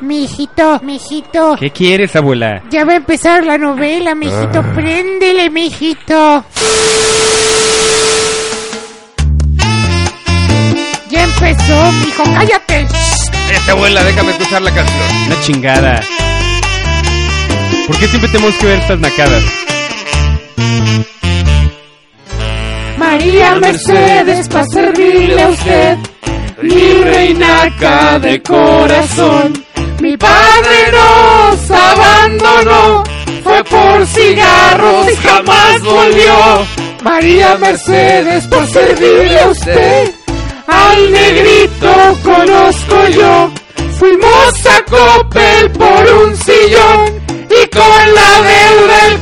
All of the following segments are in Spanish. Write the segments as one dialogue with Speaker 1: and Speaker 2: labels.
Speaker 1: Mijito, mijito,
Speaker 2: ¿Qué quieres, abuela?
Speaker 1: ya va a empezar la novela, mijito, préndele, mijito. Ya empezó, mijo, cállate.
Speaker 3: Esta abuela, déjame escuchar la canción.
Speaker 2: Una chingada. ¿Por qué siempre tenemos que ver estas nacadas?
Speaker 1: María Mercedes, para servirle a usted, mi reinaca de corazón. Mi padre nos abandonó, fue por cigarros, jamás volvió. María Mercedes, por servirle a usted, al negrito conozco yo. Fuimos a Coppel por un sillón y con la deuda el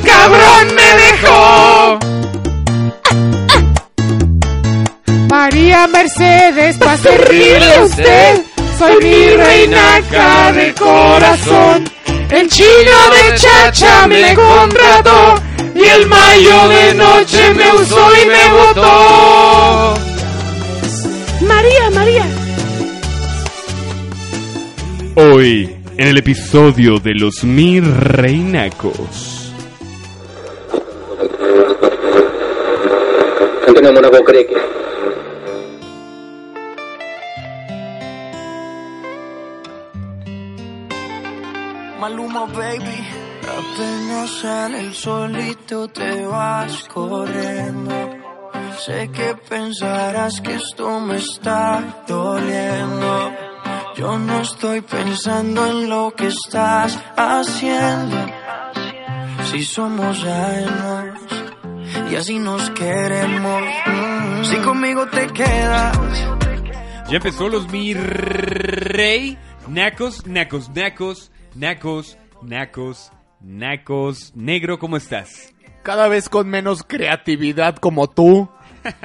Speaker 1: cabrón me dejó. María Mercedes, para servirle a usted, soy mi reinaca de corazón. El chino de chacha me contrató y el mayo de noche me usó y me botó. María, María.
Speaker 2: Hoy, en el episodio de los mil reinacos.
Speaker 4: continuiamo una con Creque.
Speaker 5: Maluma, baby. Apenas sale el solito, te vas corriendo. Sé que pensarás que esto me está doliendo. Yo no estoy pensando en lo que estás haciendo. Si somos años y así nos queremos. Mm. Si conmigo te quedas.
Speaker 2: Ya empezó los mil rey nacos, nacos, nacos, nacos, nacos, nacos. Negro, ¿cómo estás?
Speaker 6: cada vez con menos creatividad como tú,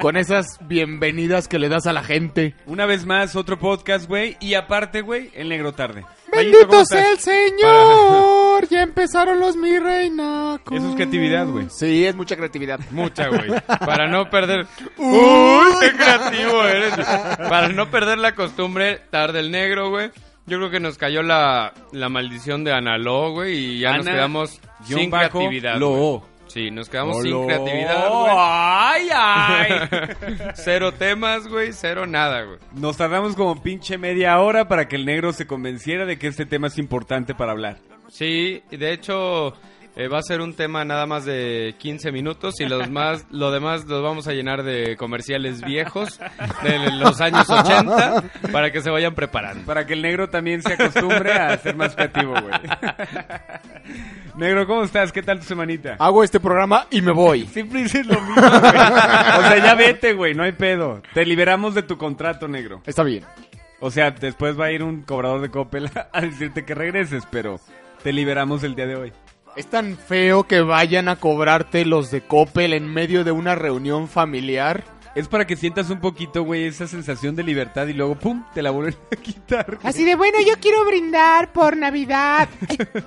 Speaker 6: con esas bienvenidas que le das a la gente.
Speaker 2: Una vez más, otro podcast, güey. Y aparte, güey, el negro tarde. Rayito, ¿cómo
Speaker 1: Bendito
Speaker 2: estás?
Speaker 1: sea el Señor. Ya empezaron los mi reinacos.
Speaker 2: Eso es creatividad, güey.
Speaker 6: Sí, es mucha creatividad.
Speaker 3: Mucha, güey. Para no perder. ¡Uy! ¡Qué creativo eres! Para no perder la costumbre, tarde el negro, güey. Yo creo que nos cayó la, la maldición de Analó, güey, y ya nos
Speaker 2: Ana,
Speaker 3: quedamos
Speaker 2: guión
Speaker 3: sin
Speaker 2: bajo,
Speaker 3: creatividad.
Speaker 2: lo.
Speaker 3: güey. Sí, nos quedamos sin
Speaker 2: Hola.
Speaker 3: creatividad, güey.
Speaker 2: ¡Ay, ay!
Speaker 3: cero temas, güey, cero nada, güey.
Speaker 2: Nos tardamos como pinche media hora para que el negro se convenciera de que este tema es importante para hablar.
Speaker 3: Sí, y de hecho eh, va a ser un tema nada más de 15 minutos y los más, lo demás los vamos a llenar de comerciales viejos de los años 80 para que se vayan preparando.
Speaker 2: Para que el negro también se acostumbre a ser más creativo, güey. negro, ¿cómo estás? ¿Qué tal tu semanita?
Speaker 6: Hago este programa y me voy.
Speaker 2: Siempre dices lo mismo, güey. O sea, ya vete, güey, no hay pedo. Te liberamos de tu contrato, negro.
Speaker 6: Está bien.
Speaker 2: O sea, después va a ir un cobrador de Coppel a decirte que regreses, pero te liberamos el día de hoy.
Speaker 6: Es tan feo que vayan a cobrarte los de Coppel en medio de una reunión familiar.
Speaker 2: Es para que sientas un poquito, güey, esa sensación de libertad y luego, pum, te la vuelven a quitar. güey.
Speaker 1: Así de bueno, yo quiero brindar por Navidad. Ay.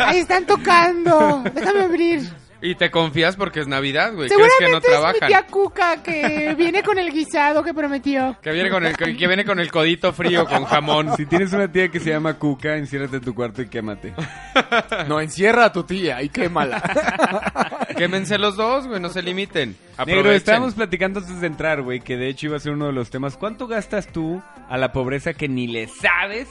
Speaker 1: Ahí están tocando. Déjame abrir.
Speaker 3: Y te confías porque es Navidad, güey. Crees que no
Speaker 1: Seguramente es mi
Speaker 3: trabajan.
Speaker 1: tía Cuca que viene con el guisado que prometió.
Speaker 3: Que viene, con el, que viene con el codito frío, con jamón.
Speaker 2: Si tienes una tía que se llama Cuca, enciérrate en tu cuarto y quémate.
Speaker 6: No, encierra a tu tía y quémala.
Speaker 3: Quémense los dos, güey, no se limiten.
Speaker 2: Negro,
Speaker 3: Aprovechen.
Speaker 2: estábamos platicando antes de entrar, güey, que de hecho iba a ser uno de los temas. ¿Cuánto gastas tú a la pobreza que ni le sabes,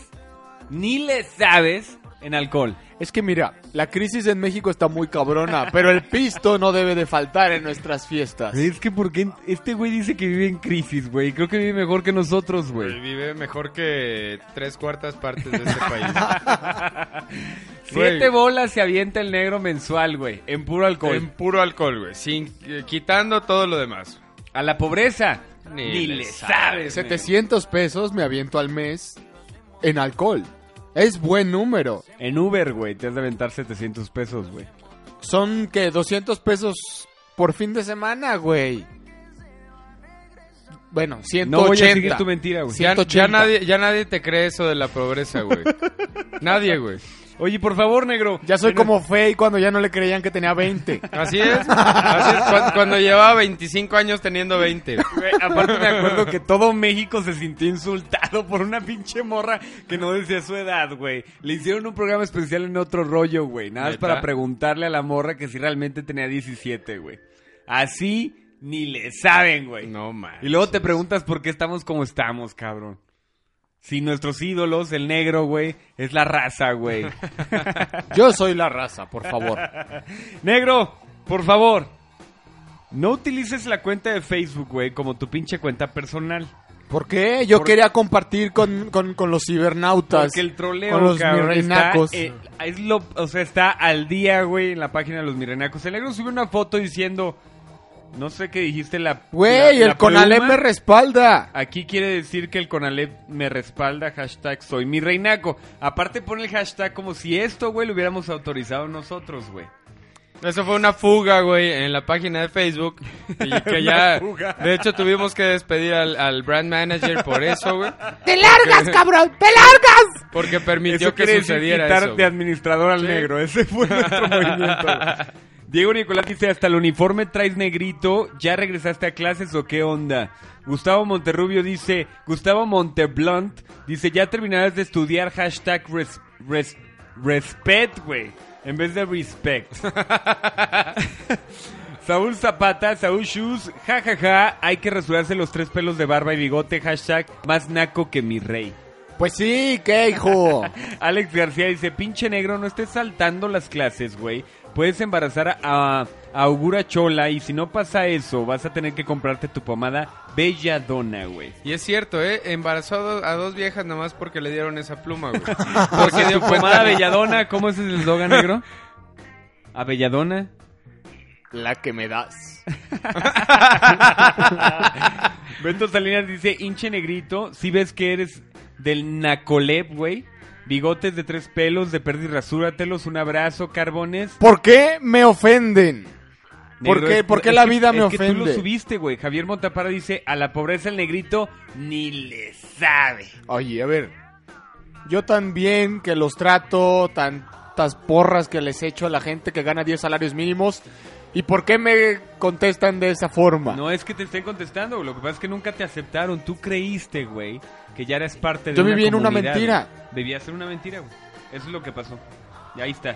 Speaker 2: ni le sabes en alcohol?
Speaker 6: Es que mira, la crisis en México está muy cabrona, pero el pisto no debe de faltar en nuestras fiestas.
Speaker 2: Es que porque este güey dice que vive en crisis, güey. Creo que vive mejor que nosotros,
Speaker 3: Güey,
Speaker 2: güey.
Speaker 3: Vive mejor que tres cuartas partes de este país.
Speaker 2: Siete
Speaker 3: Güey.
Speaker 2: bolas se avienta el negro mensual, güey, en puro alcohol.
Speaker 3: Con puro alcohol, güey. Sin, eh, quitando todo lo demás.
Speaker 2: A la pobreza.
Speaker 3: Ni,
Speaker 2: Ni
Speaker 3: le
Speaker 2: le
Speaker 3: sabe.
Speaker 2: sabes. men.
Speaker 6: 700 pesos me aviento al mes en alcohol. Es buen número.
Speaker 2: En Uber, güey, te has de aventar 700 pesos, güey.
Speaker 6: Son que 200 pesos por fin de semana, güey. Bueno, 180.
Speaker 2: No voy a seguir tu mentira, güey.
Speaker 6: Sí.
Speaker 3: Ya,
Speaker 6: 180.
Speaker 3: ya nadie, ya nadie te cree eso de la pobreza, güey. nadie, güey.
Speaker 2: Oye, por favor, negro.
Speaker 6: Ya soy como Fey cuando ya no le creían que tenía 20.
Speaker 3: Así es. Así es. Cu- Cuando, llevaba 25 años teniendo 20.
Speaker 2: Güey, aparte me acuerdo que todo México se sintió insultado por una pinche morra que no decía su edad, güey. Le hicieron un programa especial en otro rollo, güey. Nada más
Speaker 3: ¿Neta?
Speaker 2: para preguntarle a la morra que si realmente tenía 17, güey. Así ni le saben, güey.
Speaker 3: No, man.
Speaker 2: Y luego te preguntas por qué estamos como estamos, cabrón. Si nuestros ídolos, el negro, güey, es la raza, güey.
Speaker 6: Yo soy la raza, por favor.
Speaker 2: Negro, por favor. No utilices la cuenta de Facebook, güey, como tu pinche cuenta personal.
Speaker 6: ¿Por qué? Yo quería compartir con, con- con los cibernautas.
Speaker 2: Porque el troleo,
Speaker 6: Con los
Speaker 2: cabrón, está,
Speaker 6: mirrenacos.
Speaker 2: eh, es lo, o sea, está al día, güey, en la página de los mirenacos. El negro sube una foto diciendo, no sé qué dijiste, la...
Speaker 6: Güey,
Speaker 2: la-
Speaker 6: el
Speaker 2: la
Speaker 6: Conalep
Speaker 2: pluma.
Speaker 6: me respalda.
Speaker 2: Aquí quiere decir que el Conalep me respalda, hashtag soy mi reinaco. Aparte pone el hashtag como si esto, güey, lo hubiéramos autorizado nosotros, güey.
Speaker 3: Eso fue una fuga, güey, en la página de Facebook. Y que ya.
Speaker 2: fuga.
Speaker 3: De hecho, tuvimos que despedir al, al brand manager por eso, güey.
Speaker 1: ¡Te largas, cabrón! ¡Te largas!
Speaker 3: Porque permitió
Speaker 2: eso
Speaker 3: que
Speaker 2: quiere decir
Speaker 3: sucediera
Speaker 2: quitar
Speaker 3: eso.
Speaker 2: de
Speaker 3: güey.
Speaker 2: administrador al
Speaker 3: Sí.
Speaker 2: negro. Ese fue nuestro movimiento. Diego Nicolás dice, hasta el uniforme traes negrito, ¿ya regresaste a clases o qué onda? Gustavo Monterrubio dice, Gustavo Monteblunt dice, ya terminarás de estudiar hashtag res- res- respect, güey, en vez de respect. Saúl Zapata, Saúl Shoes, jajaja, hay que rasurarse los tres pelos de barba y bigote, hashtag más naco que mi rey.
Speaker 6: Pues sí, qué hijo.
Speaker 2: Alex García dice, pinche negro, no estés saltando las clases, güey. Puedes embarazar a, a Augura Chola y si no pasa eso, vas a tener que comprarte tu pomada Belladona, güey.
Speaker 3: Y es cierto, ¿eh? Embarazó a dos, a dos viejas nomás porque le dieron esa pluma, güey. Porque dio
Speaker 2: Pomada
Speaker 3: cuenta.
Speaker 2: Belladona, ¿cómo es el eslogan negro? ¿A Belladona?
Speaker 6: La que me das.
Speaker 2: Beto Salinas dice, hinche negrito, si ves que eres del Nacolep, güey. Bigotes de tres pelos, de perdi rasúratelos, un abrazo, carbones.
Speaker 6: ¿Por qué me ofenden? ¿Por
Speaker 2: Negro,
Speaker 6: qué-
Speaker 2: es-
Speaker 6: por qué
Speaker 2: es
Speaker 6: la
Speaker 2: que-
Speaker 6: vida me
Speaker 2: es que tú lo
Speaker 6: ofende?
Speaker 2: subiste, güey. Javier Montapara dice, a la pobreza el negrito ni le sabe.
Speaker 6: Oye, a ver. Yo también que los trato, tantas porras que les echo a la gente que gana 10 salarios mínimos. ¿Y por qué me contestan de esa forma?
Speaker 2: No es que te estén contestando, güey. lo que pasa es que nunca te aceptaron. Tú creíste, güey, que ya eras parte de
Speaker 6: Yo
Speaker 2: una
Speaker 6: viví en una
Speaker 2: comunidad,
Speaker 6: mentira.
Speaker 2: güey. Debía ser una mentira, güey. Eso es lo que pasó. Y ahí está.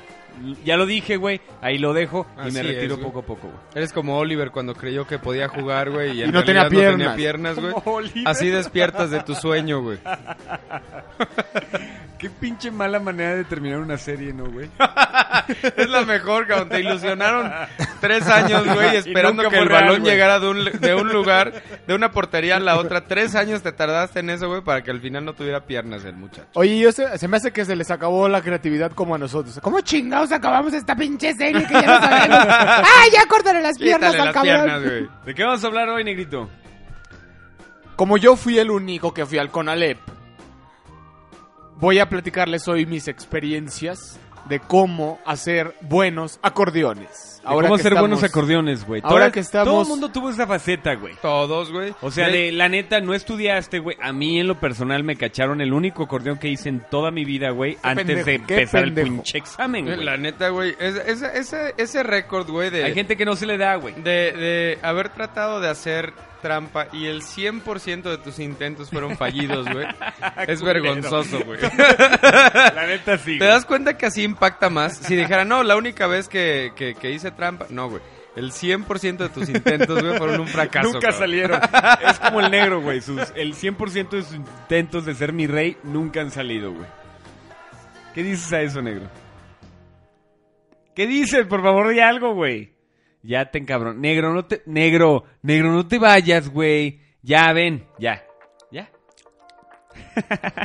Speaker 2: L- Ya lo dije, güey. Ahí lo dejo y
Speaker 3: Así
Speaker 2: me
Speaker 3: es,
Speaker 2: retiro
Speaker 3: güey.
Speaker 2: poco a poco, güey.
Speaker 3: Eres como Oliver cuando creyó que podía jugar, güey. Y, en
Speaker 6: Y no tenía piernas.
Speaker 3: realidad piernas, güey.
Speaker 2: Como Oliver.
Speaker 3: Así despiertas de tu sueño, güey.
Speaker 2: Qué pinche mala manera de terminar una serie, ¿no, güey?
Speaker 3: Es la mejor, cabrón. Te ilusionaron tres años, güey,
Speaker 2: Y
Speaker 3: esperando
Speaker 2: nunca
Speaker 3: que el
Speaker 2: fue real,
Speaker 3: balón
Speaker 2: güey.
Speaker 3: llegara de un, de un lugar, de una portería a la otra. Tres años te tardaste en eso, güey, para que al final no tuviera piernas el muchacho.
Speaker 6: Oye, yo se, se me hace que se les acabó la creatividad como a nosotros. ¿Cómo
Speaker 1: Chingados, acabamos esta pinche serie que ya no sabemos. ¡Ah, ya córtale las piernas
Speaker 3: Quítale
Speaker 1: al
Speaker 3: las
Speaker 1: cabrón!
Speaker 3: piernas, güey.
Speaker 2: ¿De qué vamos a hablar hoy, negrito?
Speaker 6: Como yo fui el único que fui al Conalep, voy a platicarles hoy mis experiencias de cómo hacer buenos acordeones.
Speaker 2: De ¿Cómo
Speaker 6: que
Speaker 2: hacer buenos
Speaker 6: estamos-
Speaker 2: acordeones, güey?
Speaker 6: ahora
Speaker 2: Todo-
Speaker 6: que estamos-
Speaker 2: Todo el mundo tuvo esa faceta, güey.
Speaker 3: Todos, güey.
Speaker 2: O sea, de la neta, no estudiaste, güey. A mí, en lo personal, me cacharon el único acordeón que hice en toda mi vida, güey. Antes
Speaker 6: pendejo,
Speaker 2: de
Speaker 6: qué
Speaker 2: empezar el
Speaker 6: pendejo.
Speaker 2: pinche examen, güey.
Speaker 3: La neta, güey. es- ese- ese, ese récord, güey, de...
Speaker 2: Hay gente que no se le da, güey.
Speaker 3: De, de haber tratado de hacer trampa y el 100% de tus intentos fueron fallidos, güey. es
Speaker 2: Culero.
Speaker 3: vergonzoso, güey.
Speaker 2: La neta, sí.
Speaker 3: Te das cuenta que así impacta más. Si dijera, no, la única vez que, que, que hice trampa. No, güey. El 100% de tus intentos, güey, fueron un fracaso.
Speaker 2: Nunca
Speaker 3: cabrón.
Speaker 2: salieron. es como el negro, güey. Sus- El 100% de sus intentos de ser mi rey nunca han salido, güey. ¿Qué dices a eso, negro? ¿Qué dices? Por favor, di algo, güey. Ya te encabrón. Negro, no te... Negro, negro, no te vayas, güey. Ya, ven. Ya. Ya.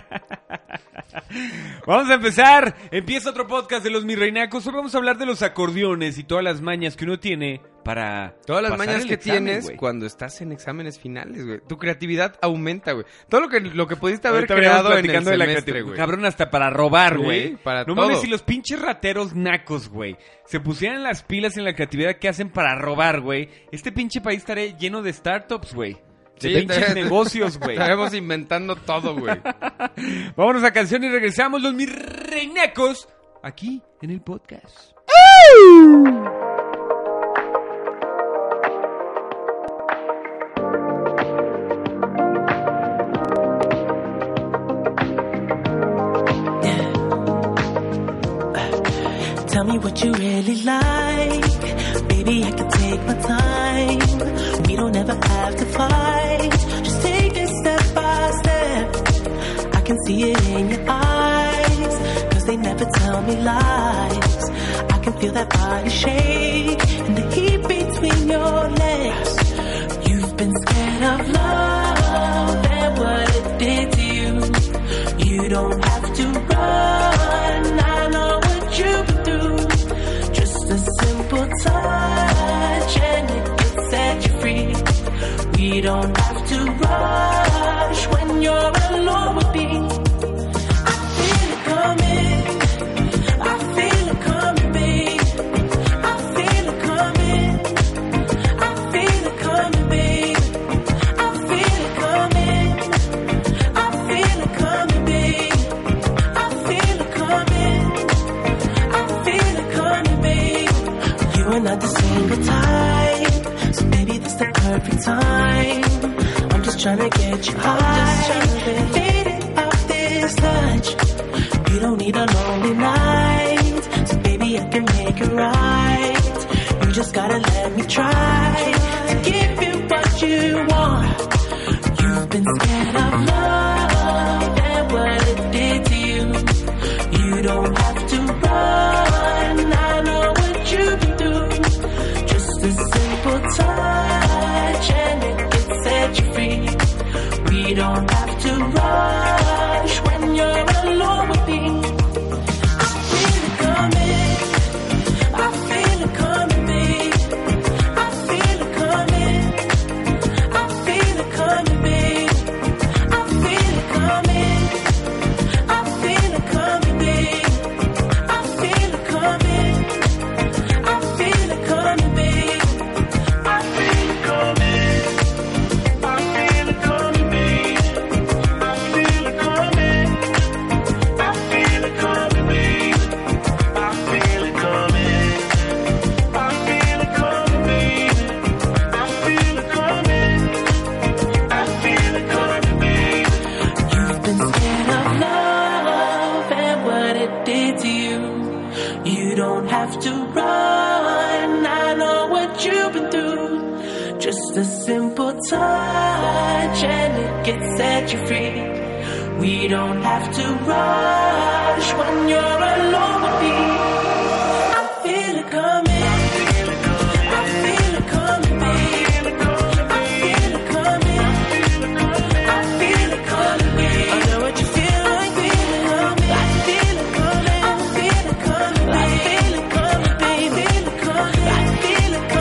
Speaker 2: Vamos a empezar. Empieza otro podcast de los Mirreinacos. Hoy vamos a hablar de los acordeones y todas las mañas que uno tiene para.
Speaker 3: Todas las
Speaker 2: pasar
Speaker 3: mañas
Speaker 2: el
Speaker 3: que
Speaker 2: examen,
Speaker 3: tienes
Speaker 2: güey.
Speaker 3: cuando estás en exámenes finales, güey. Tu creatividad aumenta, güey. Todo lo que, lo que pudiste haber
Speaker 2: Ahorita veníamos
Speaker 3: creado en el
Speaker 2: platicando de la
Speaker 3: semestre,
Speaker 2: creatividad.
Speaker 3: güey.
Speaker 2: Cabrón, hasta para robar,
Speaker 3: Sí,
Speaker 2: güey.
Speaker 3: para
Speaker 2: no
Speaker 3: todo.
Speaker 2: mames, si los pinches rateros nacos, güey, se pusieran las pilas en la creatividad que hacen para robar, güey, este pinche país estaría lleno de startups, güey. De
Speaker 3: Sí,
Speaker 2: pinches
Speaker 3: te-
Speaker 2: negocios, güey.
Speaker 3: Estaremos inventando todo, güey.
Speaker 2: Vámonos a canción y regresamos los mirreinacos aquí en el podcast.
Speaker 4: Tell me what you really like. Baby, I can take my time. We don't ever have to fight. Just take it step by step. I can see it in your eyes. Cause they never tell me lies. I can feel that body shake and the heat between your legs. You've been scared of love and what it did to you. You don't have to run. I know what you've been through. Just a simple touch and it can set you free. We don't have to rush when you're alone with me. I feel it coming. I feel it coming, babe. I feel it coming. I feel it coming, babe. I feel it coming. I feel it coming, babe. I feel it coming. I feel it coming, babe. You are not the single type, so maybe this the perfect time. I'm just trying to get you high, faded off this touch. You don't need a lonely night, so baby I can make it right. You just gotta let me try to give you what you want. You've been scared of love and what it did to you. You don't have to run. I know what you've been through. Just a simple touch and it can set you free. We don't have to rush when you're alone with me. I feel it coming. I feel it coming, babe. I feel it coming. I feel it coming, babe. I feel it coming. I feel it coming, babe. I feel it coming. I feel it coming, babe. I feel it coming. I feel it coming, babe. I feel it coming. I feel it coming, babe. I feel it coming. I feel it coming, babe. I feel it coming. I feel it coming, babe. You've been scared of love and what it did to you. You don't have to run. I know what you've been through. Just a simple touch and it can set you free. We don't have to rush when you're alone with me. I feel it coming. I feel it coming, babe. I feel it coming. I feel it coming. I know what you feel like. I feel it coming. I feel it coming. I feel it coming, baby. I feel it coming. I feel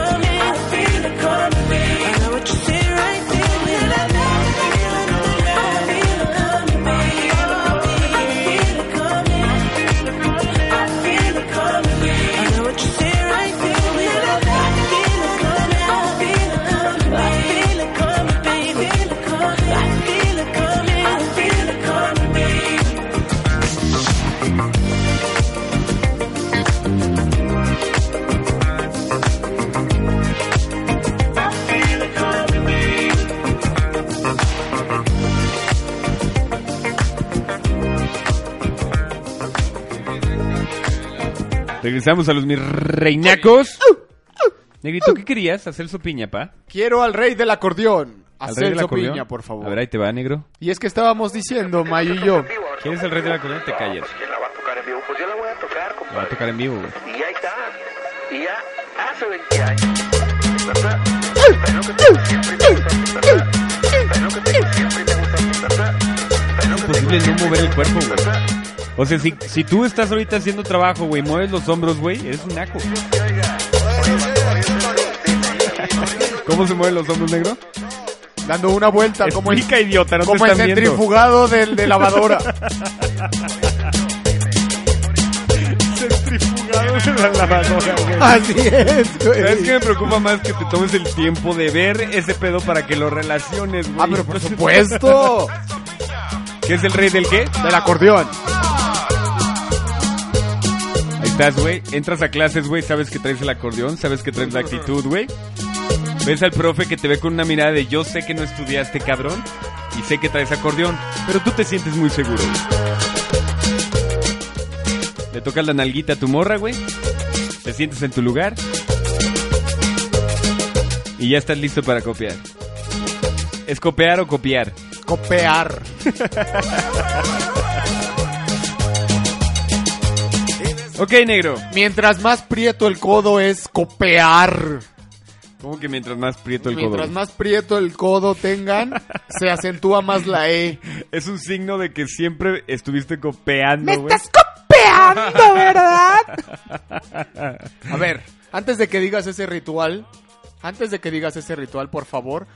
Speaker 4: it coming, baby. I know what you see right there. I feel it coming. I feel it coming, baby. I feel it coming. I feel it coming, baby. I know what you see right there. I feel it coming. I feel it coming. I feel it coming, baby. I feel it coming. I feel it coming, baby.
Speaker 2: Regresamos a los mirreinacos. Negrito, ¿qué querías? ¿Hacer su piña, pa?
Speaker 6: Quiero al rey del acordeón.
Speaker 2: ¿Al
Speaker 6: Hacer
Speaker 2: rey del
Speaker 6: su
Speaker 2: acordeón?
Speaker 6: piña, por favor.
Speaker 2: A ver, ahí te va, negro.
Speaker 6: Y es que estábamos diciendo, Mayo y yo.
Speaker 2: ¿Quieres el rey del acordeón? Te callas.
Speaker 7: ¿Quién la va a tocar en vivo? Pues yo la voy a
Speaker 2: Lo va
Speaker 7: tocar,
Speaker 2: a
Speaker 7: compadre.
Speaker 2: tocar en vivo, güey.
Speaker 7: Y ahí está. Y ya hace 20 años. ¿Verdad? Es lo que tengo siempre y me gusta, ¿verdad? Es lo que tengo siempre y me gusta, ¿verdad? Es lo que tengo
Speaker 2: Imposible Pues no mover el cuerpo, güey.
Speaker 7: ¿verdad?
Speaker 2: O sea, si, si tú estás ahorita haciendo trabajo, güey, mueves los hombros, güey, eres un naco. ¿Cómo se mueven los hombros, negro?
Speaker 6: Dando una vuelta como el,
Speaker 2: Explica, idiota, no
Speaker 6: como
Speaker 2: te
Speaker 6: el
Speaker 2: están viendo.
Speaker 6: centrifugado del de lavadora.
Speaker 2: Centrifugado de la lavadora, güey.
Speaker 1: Así es, güey.
Speaker 2: ¿Sabes qué me preocupa más? Que te tomes el tiempo de ver ese pedo para que lo relaciones, güey.
Speaker 6: Ah, pero por supuesto.
Speaker 2: ¿Qué es el rey del qué?
Speaker 6: Del acordeón.
Speaker 2: Ahí estás, güey. Entras a clases, güey. Sabes que traes el acordeón. Sabes que traes la actitud, güey. Ves al profe que te ve con una mirada de yo sé que no estudiaste, cabrón. Y sé que traes acordeón. Pero tú te sientes muy seguro. güey. Le tocas la nalguita a tu morra, güey. Te sientes en tu lugar. Y ya estás listo para copiar. ¿Es copiar o copiar?
Speaker 6: Copear.
Speaker 2: Ok, negro.
Speaker 6: Mientras más prieto el codo es copear.
Speaker 2: ¿Cómo que mientras más prieto el codo?
Speaker 6: Mientras más prieto el codo tengan, se acentúa más la E.
Speaker 2: Es un signo de que siempre estuviste copeando,
Speaker 1: Me
Speaker 2: güey.
Speaker 1: estás copeando, ¿verdad?
Speaker 6: A ver, antes de que digas ese ritual, antes de que digas ese ritual, por favor,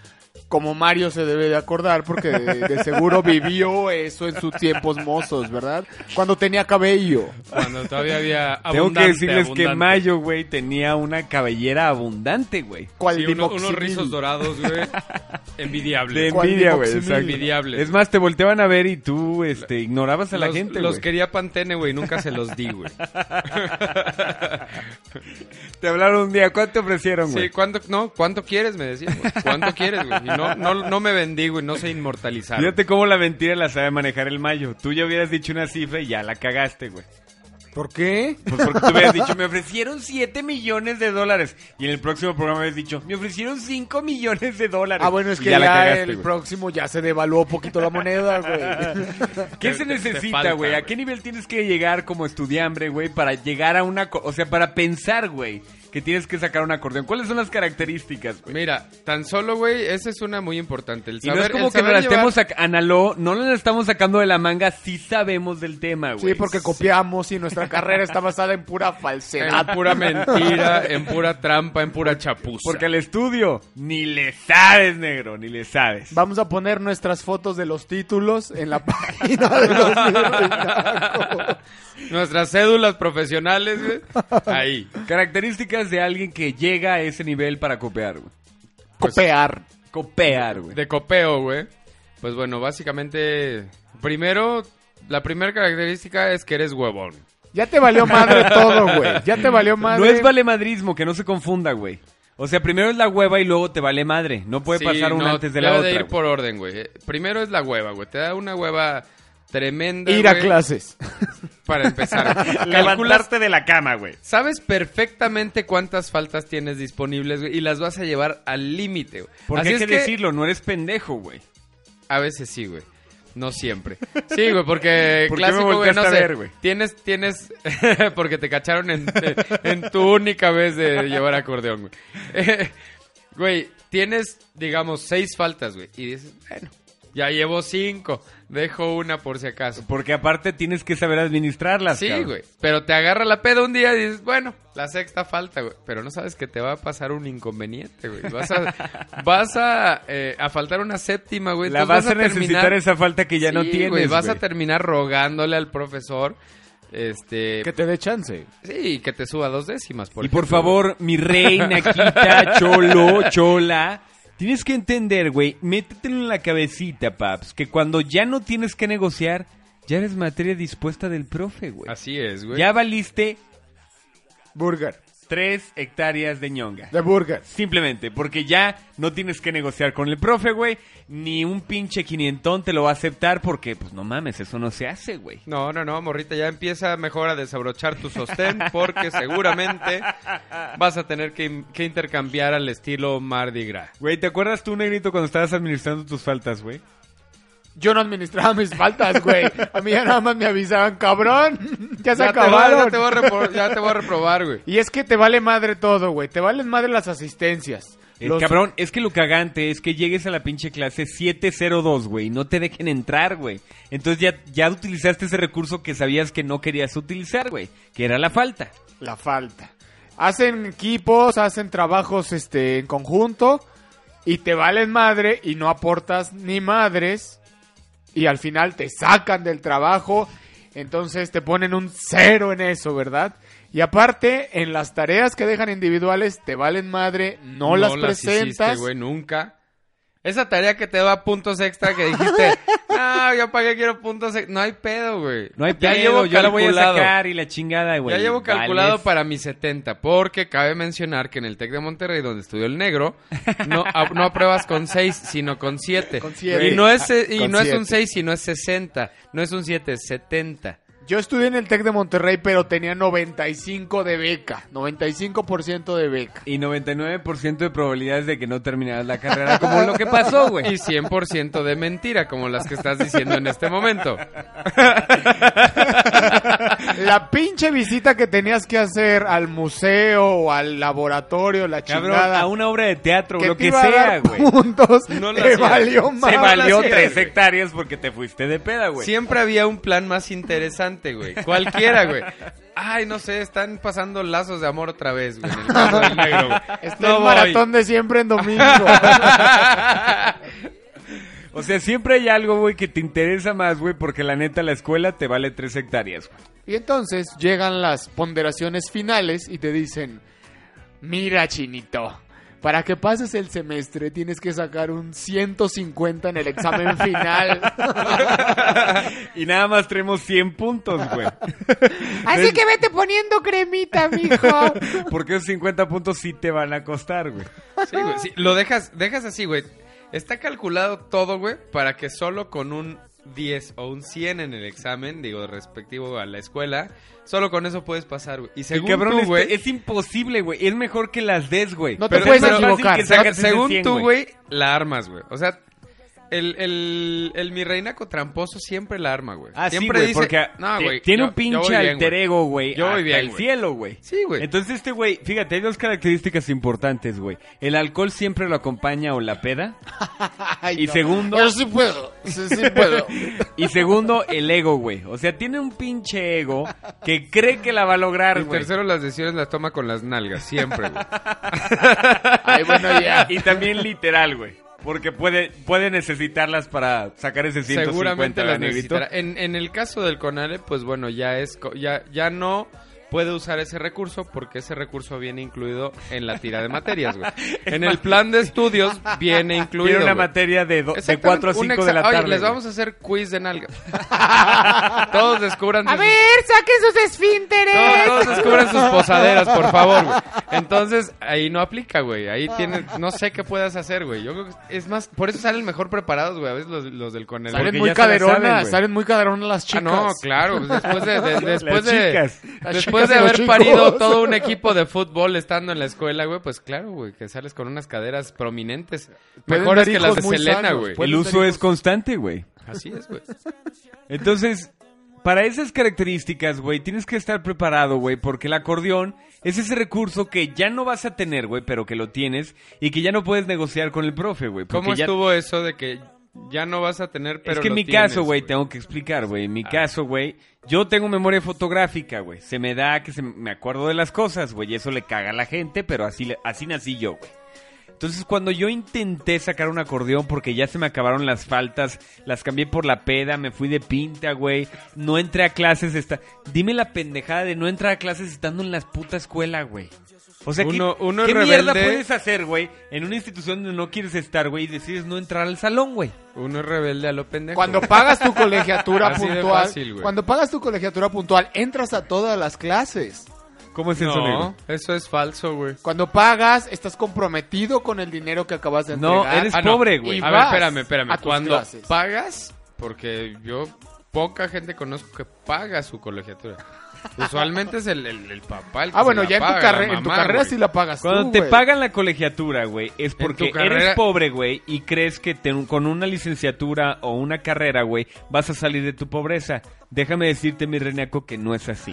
Speaker 6: como Mario se debe de acordar, porque de, de seguro vivió eso en sus tiempos mozos, ¿verdad? Cuando tenía cabello.
Speaker 3: Cuando todavía había
Speaker 2: Tengo que
Speaker 3: abundante,
Speaker 2: decirles que
Speaker 3: abundante.
Speaker 2: Mayo, güey, tenía una cabellera abundante, güey.
Speaker 6: Cual
Speaker 3: Sí, uno- unos
Speaker 6: dimoxidil.
Speaker 3: rizos dorados, güey.
Speaker 2: De
Speaker 3: Envidiable.
Speaker 6: ¿Cuál
Speaker 2: envidia, güey.
Speaker 6: dimoxidil?
Speaker 2: exacto.
Speaker 3: Envidiable.
Speaker 2: Es más, te volteaban a ver y tú, este, ignorabas a la
Speaker 3: los,
Speaker 2: gente,
Speaker 3: los
Speaker 2: güey.
Speaker 3: quería Pantene, güey, nunca se los di, güey.
Speaker 2: Te hablaron un día, ¿cuánto te ofrecieron, güey?
Speaker 3: Sí, ¿cuánto, no, ¿cuánto quieres? Me decían, güey. ¿Cuánto quieres, güey? Y no, no, no me vendí, güey, no sé inmortalizar.
Speaker 2: Fíjate cómo la mentira la sabe manejar el Mayo. Tú ya hubieras dicho una cifra y ya la cagaste, güey.
Speaker 6: ¿Por qué?
Speaker 2: Pues porque tú hubieras dicho, me ofrecieron 7 millones de dólares. Y en el próximo programa hubieras dicho, me ofrecieron 5 millones de dólares.
Speaker 6: Ah, bueno, es
Speaker 2: Y
Speaker 6: que
Speaker 2: ya
Speaker 6: ya,
Speaker 2: la cagaste,
Speaker 6: el
Speaker 2: güey.
Speaker 6: próximo ya se devaluó poquito la moneda, güey.
Speaker 2: ¿Qué
Speaker 3: Te-
Speaker 2: se
Speaker 3: te- te
Speaker 2: necesita,
Speaker 3: falta,
Speaker 2: güey? ¿A
Speaker 3: güey.
Speaker 2: qué nivel tienes que llegar como estudiambre, güey, para llegar a una... co- O sea, para pensar, güey, que tienes que sacar un acordeón. ¿Cuáles son las características, güey?
Speaker 3: Mira, tan solo, güey, esa es una muy importante. El
Speaker 2: Y no
Speaker 3: saber,
Speaker 2: es como
Speaker 3: el
Speaker 2: que nos
Speaker 3: saber
Speaker 2: la
Speaker 3: llevar-
Speaker 2: estemos sac- analó, no nos la estamos sacando de la manga, sí sabemos del tema, güey.
Speaker 6: Sí, porque copiamos y nuestra carrera está basada en pura falsedad.
Speaker 2: Eh.
Speaker 3: En pura mentira, en pura trampa, en pura chapuza.
Speaker 2: Porque al estudio ni le sabes, negro, ni le sabes.
Speaker 6: Vamos a poner nuestras fotos de los títulos en la página de los Virreinacos.
Speaker 3: Nuestras cédulas profesionales, güey, ahí.
Speaker 2: Características de alguien que llega a ese nivel para copiar, güey.
Speaker 6: Copear.
Speaker 2: Copiar, güey.
Speaker 3: De copeo, güey. Pues bueno, básicamente, primero, la primera característica es que eres huevón.
Speaker 6: Ya te valió madre todo, güey. Ya te valió
Speaker 2: No
Speaker 6: madre.
Speaker 2: es valemadrismo, que no se confunda, güey. O sea, primero es la hueva y luego te vale madre. No puede
Speaker 3: Sí,
Speaker 2: pasar una
Speaker 3: no,
Speaker 2: antes de
Speaker 3: debe
Speaker 2: la otra.
Speaker 3: ir
Speaker 2: güey.
Speaker 3: por orden, güey. Eh, Primero es la hueva, güey. Te da una hueva tremenda,
Speaker 6: ir a
Speaker 3: güey,
Speaker 6: clases.
Speaker 3: Para empezar. Calculas,
Speaker 2: Levantarte de la cama, güey.
Speaker 3: sabes perfectamente cuántas faltas tienes disponibles, güey, y las vas a llevar al límite, güey.
Speaker 2: Porque
Speaker 3: Así
Speaker 2: hay
Speaker 3: es
Speaker 2: que, decirlo, no eres pendejo, güey.
Speaker 3: A veces sí, güey. No siempre. Sí, güey, porque
Speaker 2: ¿Por qué me
Speaker 3: clásico, güey,
Speaker 2: volteaste
Speaker 3: no
Speaker 2: a
Speaker 3: sé.
Speaker 2: ver, güey?
Speaker 3: Tienes, tienes, porque te cacharon en, en tu única vez de llevar acordeón, güey. Eh, Güey, tienes, digamos, seis faltas, güey. Y dices, bueno, ya llevo cinco. Dejo una por si acaso.
Speaker 2: Porque aparte tienes que saber administrarlas,
Speaker 3: Sí,
Speaker 2: cabrón.
Speaker 3: güey. Pero te agarra la peda un día y dices, bueno, la sexta falta, güey. Pero no sabes que te va a pasar un inconveniente, güey. Vas a, vas a, eh, a faltar una séptima, güey.
Speaker 2: La
Speaker 3: Pues Entonces
Speaker 2: vas a necesitar
Speaker 3: terminar-
Speaker 2: esa falta que ya no
Speaker 3: Sí,
Speaker 2: tienes,
Speaker 3: güey,
Speaker 2: güey.
Speaker 3: vas a terminar rogándole al profesor, este...
Speaker 6: Que te dé chance.
Speaker 3: Sí, que te suba dos décimas, por
Speaker 2: y por
Speaker 3: ejemplo,
Speaker 2: favor, mi reina, quita, cholo, chola. Tienes que entender, güey, métetelo en la cabecita, paps, que cuando ya no tienes que negociar, ya eres materia dispuesta del profe,
Speaker 3: güey.
Speaker 2: güey.
Speaker 3: Así es, güey.
Speaker 2: Ya valiste
Speaker 6: Burger.
Speaker 2: tres hectáreas de ñonga.
Speaker 6: De burger.
Speaker 2: Simplemente, porque ya no tienes que negociar con el profe, güey. Ni un pinche quinientón te lo va a aceptar porque, pues no mames, eso no se hace, güey.
Speaker 3: No, no, no, morrita, ya empieza mejor a desabrochar tu sostén porque seguramente vas a tener que, in- que intercambiar al estilo Mardi Gras.
Speaker 2: Güey, ¿te acuerdas tú, negrito, cuando estabas administrando tus faltas, güey?
Speaker 6: Yo no administraba mis faltas, güey. A mí ya nada más me avisaban, cabrón. Ya se
Speaker 3: Ya te, va,
Speaker 6: acabaron.
Speaker 3: ya, te voy a repro- ya te voy a reprobar, güey.
Speaker 6: Y es que te vale madre todo, güey. Te valen madre las asistencias.
Speaker 2: Eh,
Speaker 6: Los-
Speaker 2: Cabrón, es que lo cagante es que llegues a la pinche clase 702, güey, y no te dejen entrar, güey. Entonces ya, ya utilizaste ese recurso que sabías que no querías utilizar, güey, que era la falta.
Speaker 6: La falta. Hacen equipos, hacen trabajos este, en conjunto y te valen madre y no aportas ni madres y al final te sacan del trabajo. Entonces te ponen un cero en eso, ¿verdad? Y aparte, en las tareas que dejan individuales, te valen madre, no, las
Speaker 3: hiciste,
Speaker 6: presentas.
Speaker 3: güey, nunca. Esa tarea que te da puntos extra que dijiste, no, yo para qué quiero puntos extra. No hay pedo, güey.
Speaker 2: No hay
Speaker 3: Ya
Speaker 2: pedo,
Speaker 3: llevo
Speaker 2: yo la voy a
Speaker 3: calculado.
Speaker 2: sacar y la chingada, güey.
Speaker 3: ya llevo calculado
Speaker 2: Vales.
Speaker 3: para mis 70, porque cabe mencionar que en el TEC de Monterrey, donde estudió el negro, no, a- no apruebas con 6, sino con 7.
Speaker 6: Con siete.
Speaker 3: Y no es, eh, y
Speaker 6: Con
Speaker 3: no es
Speaker 6: siete.
Speaker 3: un 6, sino es 60. No es un 7, es 70.
Speaker 6: Yo estudié en el TEC de Monterrey, pero tenía 95 de beca, 95% de beca.
Speaker 2: Y 99% de probabilidades de que no terminaras la carrera, como lo que pasó, güey.
Speaker 3: Y 100% de mentira, como las que estás diciendo en este momento.
Speaker 6: La pinche visita que tenías que hacer al museo o al laboratorio, la
Speaker 2: Cabrón,
Speaker 6: chingada.
Speaker 2: a una obra de teatro,
Speaker 6: que
Speaker 2: lo
Speaker 6: te
Speaker 2: que
Speaker 6: iba a
Speaker 2: sea,
Speaker 6: dar
Speaker 2: güey.
Speaker 6: puntos.
Speaker 3: No la
Speaker 6: te
Speaker 3: hacía.
Speaker 6: valió más.
Speaker 2: Se valió
Speaker 3: hacía,
Speaker 2: tres
Speaker 3: güey.
Speaker 2: hectáreas porque te fuiste de peda, güey.
Speaker 3: Siempre había un plan más interesante, güey. Cualquiera, güey. Ay, no sé, están pasando lazos de amor otra vez, güey. En el caso del negro, güey.
Speaker 6: Está
Speaker 3: No
Speaker 6: el
Speaker 3: voy.
Speaker 6: maratón de siempre en domingo.
Speaker 2: O sea, siempre hay algo, güey, que te interesa más, güey, porque la neta la escuela te vale tres hectáreas, güey.
Speaker 6: y entonces llegan las ponderaciones finales y te dicen, mira chinito. Para que pases el semestre tienes que sacar un 150 en el examen final.
Speaker 2: Y nada más traemos 100 puntos, güey.
Speaker 1: Así que vete poniendo cremita, mijo.
Speaker 2: Porque esos 50 puntos sí te van a costar, güey.
Speaker 3: Sí, güey, sí, lo dejas, dejas así, güey. Está calculado todo, güey, para que solo con un 10 o un 100 en el examen, digo, respectivo a la escuela, solo con eso puedes pasar, güey. Y según
Speaker 2: El cabrón,
Speaker 3: tú,
Speaker 2: este,
Speaker 3: güey,
Speaker 2: es imposible, güey. Es mejor que las des, güey.
Speaker 6: No te
Speaker 2: Pero
Speaker 6: puedes
Speaker 2: es más fácil
Speaker 6: equivocar.
Speaker 2: que sacas
Speaker 3: no,
Speaker 2: ese
Speaker 3: según
Speaker 2: 100,
Speaker 3: tú, güey, la armas, güey. O sea, el, el, el mi reinaco tramposo siempre la arma, güey.
Speaker 2: Ah, sí,
Speaker 3: siempre
Speaker 2: güey, porque
Speaker 3: "No,
Speaker 2: te-
Speaker 3: güey,
Speaker 2: tiene
Speaker 3: yo-
Speaker 2: un
Speaker 3: yo
Speaker 2: pinche
Speaker 3: voy bien,
Speaker 2: alter
Speaker 3: güey".
Speaker 2: ego, güey.
Speaker 3: Yo voy
Speaker 2: hasta
Speaker 3: bien,
Speaker 2: el
Speaker 3: güey.
Speaker 2: cielo, güey.
Speaker 3: Sí, güey.
Speaker 2: Entonces este güey, fíjate, hay dos características importantes, güey. El alcohol siempre lo acompaña o la peda.
Speaker 6: Ay,
Speaker 2: Y segundo-
Speaker 6: Yo sí puedo. Sí, sí puedo.
Speaker 2: Y segundo, el ego, güey. O sea, tiene un pinche ego que cree que la va a lograr,
Speaker 3: Y
Speaker 2: güey.
Speaker 3: tercero, las decisiones las toma con las nalgas, siempre, güey.
Speaker 6: Ay, bueno, ya.
Speaker 2: Y también literal, güey. Porque puede, puede necesitarlas para sacar ese 150
Speaker 3: seguramente las
Speaker 2: negrito.
Speaker 3: necesitará. En, en el caso del CONALE, pues bueno, ya es co- ya ya no puede usar ese recurso porque ese recurso viene incluido en la tira de materias, güey. En el plan de estudios viene incluido.
Speaker 2: Tiene una
Speaker 3: güey.
Speaker 2: materia de, do- de
Speaker 3: Exactamente,
Speaker 2: 4 a
Speaker 3: un
Speaker 2: 5 de la
Speaker 3: exa- Oye,
Speaker 2: tarde.
Speaker 3: les
Speaker 2: güey.
Speaker 3: vamos a hacer quiz de nalga. Todos descubran
Speaker 1: A
Speaker 3: sus-
Speaker 1: ver, saquen sus esfínteres.
Speaker 3: todos, todos descubran sus posaderas, por favor, güey. Entonces, ahí no aplica, güey. Ahí tienes, no sé qué puedas hacer, güey. Yo creo que es más, por eso salen mejor preparados, güey. A veces los, los del CONALE.
Speaker 2: Porque
Speaker 6: Salen muy
Speaker 2: ya se la
Speaker 6: caderonas,
Speaker 2: saben, güey.
Speaker 6: salen muy caderonas las chicas.
Speaker 3: Ah, no, claro. pues Después de, de- después
Speaker 2: Las
Speaker 3: de,
Speaker 2: chicas.
Speaker 6: Las
Speaker 3: después
Speaker 6: chicas
Speaker 3: de
Speaker 6: y los
Speaker 3: haber
Speaker 6: chicos.
Speaker 3: parido todo un equipo de fútbol estando en la escuela, güey, pues claro, güey, que sales con unas caderas prominentes.
Speaker 6: Pueden
Speaker 3: Mejores
Speaker 6: dar
Speaker 3: que las
Speaker 6: hijos
Speaker 3: de
Speaker 6: muy
Speaker 3: Selena,
Speaker 6: sanos,
Speaker 3: güey.
Speaker 6: pueden-
Speaker 2: El uso
Speaker 6: Pueden
Speaker 2: es constante, güey.
Speaker 3: Así es, güey.
Speaker 2: Entonces, para esas características, güey, tienes que estar preparado, güey, porque el acordeón es ese recurso que ya no vas a tener, güey, pero que lo tienes y que ya no puedes negociar con el profe, güey. porque
Speaker 3: ¿Cómo
Speaker 2: ya-
Speaker 3: estuvo eso de que ya no vas a tener, pero
Speaker 2: es que en
Speaker 3: lo
Speaker 2: mi
Speaker 3: tienes,
Speaker 2: caso, güey, tengo que explicar, güey. En mi
Speaker 3: Ah.
Speaker 2: caso, güey, yo tengo memoria fotográfica, güey. Se me da que se me acuerdo de las cosas, güey. Y eso le caga a la gente, pero así, le- así nací yo, güey. Entonces, cuando yo intenté sacar un acordeón porque ya se me acabaron las faltas, las cambié por la peda, me fui de pinta, güey. No entré a clases. Esta... Dime la pendejada de no entrar a clases estando en la puta escuela, güey. O sea, ¿qué-
Speaker 3: Uno-
Speaker 2: ¿qué,
Speaker 3: uno es
Speaker 2: mierda
Speaker 3: rebelde.
Speaker 2: puedes hacer, güey, en una institución donde no quieres estar, güey, y decides no entrar al salón, güey?
Speaker 3: Uno es rebelde a lo pendejo.
Speaker 6: Cuando
Speaker 3: güey.
Speaker 6: pagas tu colegiatura
Speaker 3: Así de
Speaker 6: puntual,
Speaker 3: fácil, güey.
Speaker 6: cuando pagas tu colegiatura puntual, entras a todas las clases.
Speaker 2: ¿Cómo es eso, negro?
Speaker 3: No, eso es falso, güey.
Speaker 6: Cuando pagas, estás comprometido con el dinero que acabas de
Speaker 2: No,
Speaker 6: entregar.
Speaker 2: eres
Speaker 3: Ah, no.
Speaker 2: pobre, güey.
Speaker 6: Y
Speaker 3: A ver,
Speaker 6: vas
Speaker 3: espérame, espérame.
Speaker 6: a tus
Speaker 3: Cuando
Speaker 6: clases.
Speaker 3: pagas, porque yo poca gente conozco que paga su colegiatura. Usualmente es el, el- el papá el que
Speaker 6: Ah, bueno,
Speaker 3: se
Speaker 6: ya
Speaker 3: la
Speaker 6: en tu,
Speaker 3: paga, la
Speaker 6: carre- en tu
Speaker 3: mamá,
Speaker 6: carrera
Speaker 3: güey.
Speaker 6: sí la pagas
Speaker 2: Cuando
Speaker 6: tú,
Speaker 2: te
Speaker 6: güey.
Speaker 2: pagan la colegiatura, güey, es porque
Speaker 3: tu carrera-
Speaker 2: eres pobre, güey, y crees que te- con una licenciatura o una carrera, güey, vas a salir de tu pobreza. Déjame decirte, mi renaco, que no es así.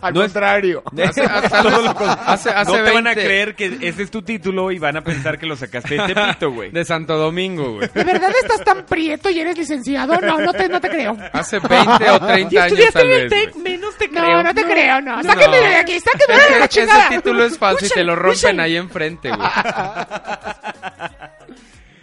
Speaker 6: Al
Speaker 2: no es-
Speaker 6: contrario.
Speaker 3: Hace- hace-
Speaker 2: Todo lo con-
Speaker 3: hace- hace
Speaker 2: no te van a
Speaker 3: 20.
Speaker 2: creer que ese es tu título y van a pensar que lo sacaste de Tepito, güey.
Speaker 3: De Santo Domingo, güey.
Speaker 1: ¿De verdad estás tan prieto y eres licenciado? No, no te, no te creo.
Speaker 3: Hace 20 o 30 años tal vez. güey. Ah,
Speaker 1: No, no te creo, no. Sáquenme de aquí, sáquenme de la
Speaker 3: Ese
Speaker 1: chingada.
Speaker 3: título es falso y te lo rompen
Speaker 1: Escuchen,
Speaker 3: ahí enfrente, güey.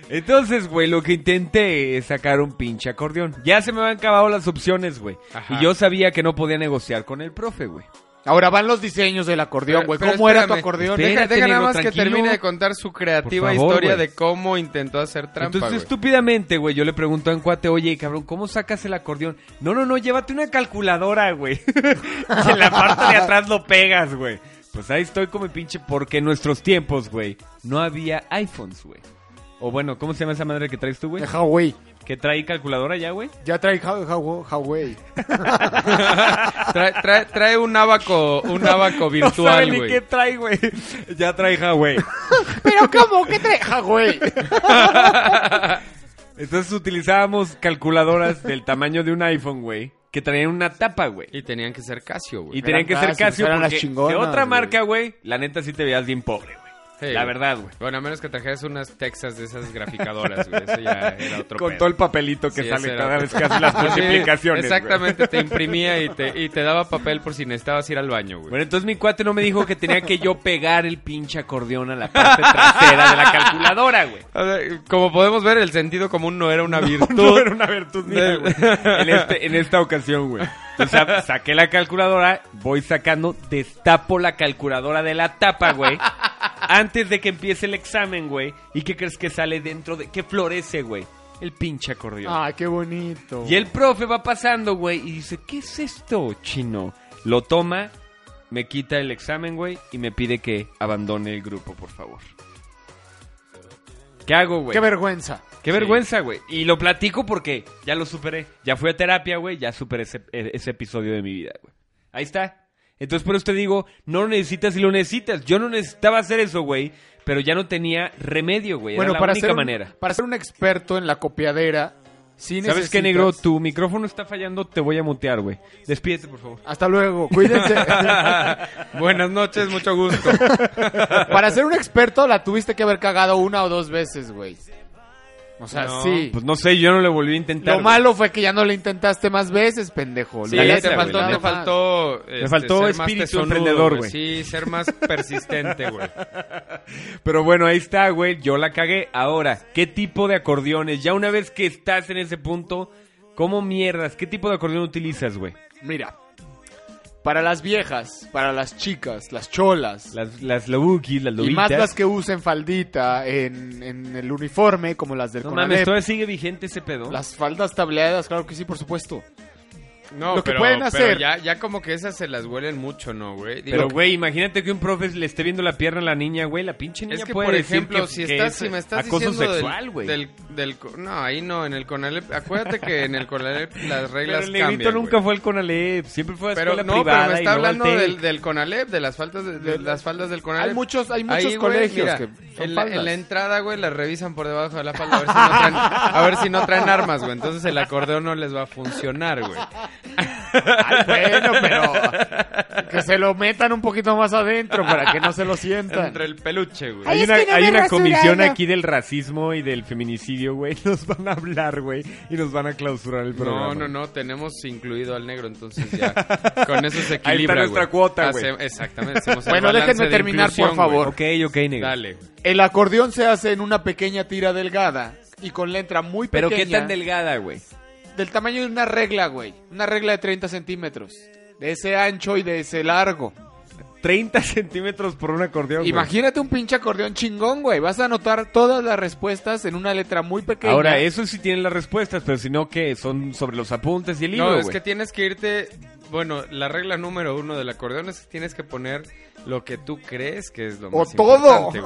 Speaker 2: Entonces, güey, lo que intenté es sacar un pinche acordeón. Ya se me habían acabado las opciones, güey.
Speaker 3: Ajá.
Speaker 2: Y yo sabía que no podía negociar con el profe, güey.
Speaker 6: Ahora van los diseños del acordeón, güey.
Speaker 3: Pero- pero
Speaker 6: ¿Cómo era tu
Speaker 3: espérame,
Speaker 6: acordeón?
Speaker 2: espérame.
Speaker 3: Deja,
Speaker 2: Espérate,
Speaker 3: deja nada
Speaker 2: amigo,
Speaker 3: más que
Speaker 2: tranquilo.
Speaker 3: termine de contar su creativa
Speaker 2: Por favor,
Speaker 3: historia
Speaker 2: güey.
Speaker 3: de cómo intentó hacer trampa,
Speaker 2: Entonces,
Speaker 3: güey.
Speaker 2: estúpidamente, güey, yo le pregunto a un cuate, oye, cabrón, ¿cómo sacas el acordeón? No, no, no, llévate una calculadora, güey. y en la parte de atrás lo pegas, güey. Pues ahí estoy como el pinche, porque en nuestros tiempos, güey, no había iPhones, güey. O bueno, ¿cómo se llama esa madre que traes tú, güey?
Speaker 6: De Huawei.
Speaker 2: ¿Que trae calculadora ya, güey?
Speaker 6: Ya trae Hua- Hua- Huawei.
Speaker 3: Trae, trae- trae un abaco, un abaco
Speaker 2: no sabe
Speaker 3: virtual,
Speaker 2: ni
Speaker 3: güey.
Speaker 2: qué trae, güey. ya trae Huawei.
Speaker 1: Pero ¿cómo? ¿Qué te...
Speaker 6: Huawei.
Speaker 2: Entonces utilizábamos calculadoras del tamaño de un iPhone, güey, que traían una tapa, güey.
Speaker 3: Y tenían que ser Casio, güey.
Speaker 2: Y tenían que ser
Speaker 6: Casio,
Speaker 2: Casio
Speaker 6: eran las
Speaker 2: porque
Speaker 6: chingonas,
Speaker 2: de otra
Speaker 6: güey.
Speaker 2: marca, güey, la neta sí te veías bien pobre, güey.
Speaker 3: Sí,
Speaker 2: la
Speaker 3: güey.
Speaker 2: verdad, güey.
Speaker 3: Bueno, a menos que trajeras unas Texas de esas graficadoras, güey. Eso ya era otro
Speaker 2: Con
Speaker 3: pedo.
Speaker 2: todo el papelito que
Speaker 3: Sí, ese
Speaker 2: sale
Speaker 3: era
Speaker 2: cada
Speaker 3: otro
Speaker 2: vez que
Speaker 3: pedo.
Speaker 2: hace las
Speaker 3: Sí,
Speaker 2: multiplicaciones. güey.
Speaker 3: Exactamente, te imprimía y te, y te daba papel por si necesitabas ir al baño, güey.
Speaker 2: Bueno, entonces mi cuate no me dijo que tenía que yo pegar el pinche acordeón a la parte trasera de la calculadora, güey.
Speaker 3: A ver, como podemos ver, el sentido común no era una virtud.
Speaker 2: No era una virtud mía, güey. En, este- en esta ocasión, güey. Entonces sa- saqué la calculadora, voy sacando, destapo la calculadora de la tapa, güey. Antes de que empiece el examen, güey. ¿Y qué crees que sale dentro de...? ¿Qué florece, güey? El pinche acordeón.
Speaker 6: Ay, qué bonito.
Speaker 2: Y el profe va pasando, güey, y dice, ¿qué es esto, chino? Lo toma, me quita el examen, güey, y me pide que abandone el grupo, por favor. ¿Qué hago, güey?
Speaker 6: Qué vergüenza.
Speaker 2: Qué vergüenza, güey. Y lo platico porque ya lo superé. Ya fui a terapia, güey. Ya superé ese, e- ese episodio de mi vida, güey. Ahí está. Entonces, por eso te digo, no lo necesitas y lo necesitas. Yo no necesitaba hacer eso, güey. Pero ya no tenía remedio, güey. Era la única
Speaker 6: ser un-
Speaker 2: manera.
Speaker 6: para ser un experto en la copiadera, sí
Speaker 2: ¿Sabes qué,
Speaker 6: necesitas-
Speaker 2: negro? Tu micrófono está fallando. Te voy a mutear, güey. Despídete, por favor.
Speaker 6: Hasta luego, cuídense.
Speaker 3: Buenas noches, mucho gusto.
Speaker 6: para ser un experto la tuviste que haber cagado una o dos veces, güey. O sea,
Speaker 3: No,
Speaker 6: sí.
Speaker 2: Pues no sé, yo no le volví a intentar.
Speaker 6: Lo
Speaker 2: güey.
Speaker 6: malo fue que ya no le intentaste más veces, pendejo.
Speaker 3: Sí,
Speaker 6: La
Speaker 2: neta,
Speaker 3: te
Speaker 6: neta,
Speaker 3: faltó,
Speaker 6: nada
Speaker 3: te
Speaker 6: más.
Speaker 3: faltó, este,
Speaker 2: faltó
Speaker 3: ser más
Speaker 2: espíritu
Speaker 3: tesorudo,
Speaker 2: emprendedor, güey.
Speaker 3: Sí, ser más persistente, güey.
Speaker 2: Pero bueno, ahí está, güey. Yo la cagué. Ahora, ¿qué tipo de acordeones? Ya una vez que estás en ese punto, ¿cómo mierdas? ¿Qué tipo de acordeón utilizas, güey?
Speaker 6: Mira, para las viejas, para las chicas, las cholas,
Speaker 2: Las, las lobukis, las
Speaker 6: y
Speaker 2: lobitas.
Speaker 6: más las que usen faldita en, en el uniforme, como las del
Speaker 2: No
Speaker 6: Conalep,
Speaker 2: mames, todavía sigue vigente ese pedo.
Speaker 6: las faldas tableadas, claro que sí, por supuesto.
Speaker 3: No,
Speaker 6: Lo que
Speaker 3: pero,
Speaker 6: pueden
Speaker 3: pero
Speaker 6: hacer-
Speaker 3: ya, ya como que esas se las huelen mucho, ¿no, güey? Digo,
Speaker 2: Pero, güey, imagínate que un profe le esté viendo la pierna a la niña, güey. La pinche niña
Speaker 3: es que,
Speaker 2: puede
Speaker 3: por
Speaker 2: decir
Speaker 3: ejemplo,
Speaker 2: que-
Speaker 3: si,
Speaker 2: que
Speaker 3: estás,
Speaker 2: es
Speaker 3: si me estás
Speaker 2: acoso
Speaker 3: diciendo del-
Speaker 2: sexual, güey.
Speaker 3: del, del co- No, ahí no, en el Conalep... Acuérdate que en el Conalep las
Speaker 2: Pero
Speaker 3: reglas
Speaker 2: el
Speaker 3: cambian,
Speaker 2: negrito nunca
Speaker 3: güey.
Speaker 2: fue al Conalep. Siempre fue a
Speaker 3: Pero
Speaker 2: escuela
Speaker 3: no,
Speaker 2: privada.
Speaker 3: pero me
Speaker 2: y
Speaker 3: está
Speaker 2: luego al
Speaker 3: hablando
Speaker 2: Tec.
Speaker 3: del, del Conalep, de las faltas de, de las faldas del Conalep.
Speaker 6: Hay muchos, hay muchos
Speaker 3: Ahí, güey,
Speaker 6: colegios
Speaker 3: mira,
Speaker 6: que son
Speaker 3: en, la, en
Speaker 6: faldas.
Speaker 3: la entrada, güey, las revisan por debajo de la falda a ver si no traen, a ver si no traen armas, güey. Entonces el acordeón no les va a funcionar, güey.
Speaker 6: Ay, bueno, pero que se lo metan un poquito más adentro para que no se lo sientan.
Speaker 3: Entre el peluche, güey.
Speaker 1: Ay,
Speaker 2: Hay
Speaker 1: es
Speaker 2: una,
Speaker 1: que no me
Speaker 2: hay una
Speaker 1: he
Speaker 2: comisión
Speaker 1: rasurado.
Speaker 2: aquí del racismo y del feminicidio, güey. Nos van a hablar, güey. Y nos van a clausurar el programa.
Speaker 3: No, no, no, tenemos incluido al negro, entonces ya con eso se equilibra,
Speaker 2: Ahí está nuestra
Speaker 3: güey.
Speaker 2: cuota, güey.
Speaker 3: Hace- Exactamente. hacemos el
Speaker 6: Bueno,
Speaker 3: balance
Speaker 6: déjenme
Speaker 3: de
Speaker 6: terminar, por
Speaker 3: inclusión,
Speaker 6: favor.
Speaker 2: Ok, ok,
Speaker 3: güey.
Speaker 2: negro.
Speaker 3: Dale. güey.
Speaker 6: El acordeón se hace en una pequeña tira delgada y con letra muy
Speaker 2: Pero
Speaker 6: pequeña.
Speaker 2: qué tan delgada, güey.
Speaker 6: Del tamaño de una regla, güey. Una regla de 30 centímetros. De ese ancho y de ese largo.
Speaker 2: 30 centímetros por un acordeón. güey.
Speaker 6: Imagínate un pinche acordeón chingón, güey. Vas a anotar todas las respuestas en una letra muy pequeña.
Speaker 2: Ahora, eso sí tienen las respuestas, pero si no, ¿qué? Son sobre los apuntes y el libro,
Speaker 3: No, es
Speaker 2: güey.
Speaker 3: que tienes que irte bueno, la regla número uno del acordeón es que tienes que poner lo que tú crees que es lo
Speaker 6: O
Speaker 3: más
Speaker 6: todo.
Speaker 3: importante,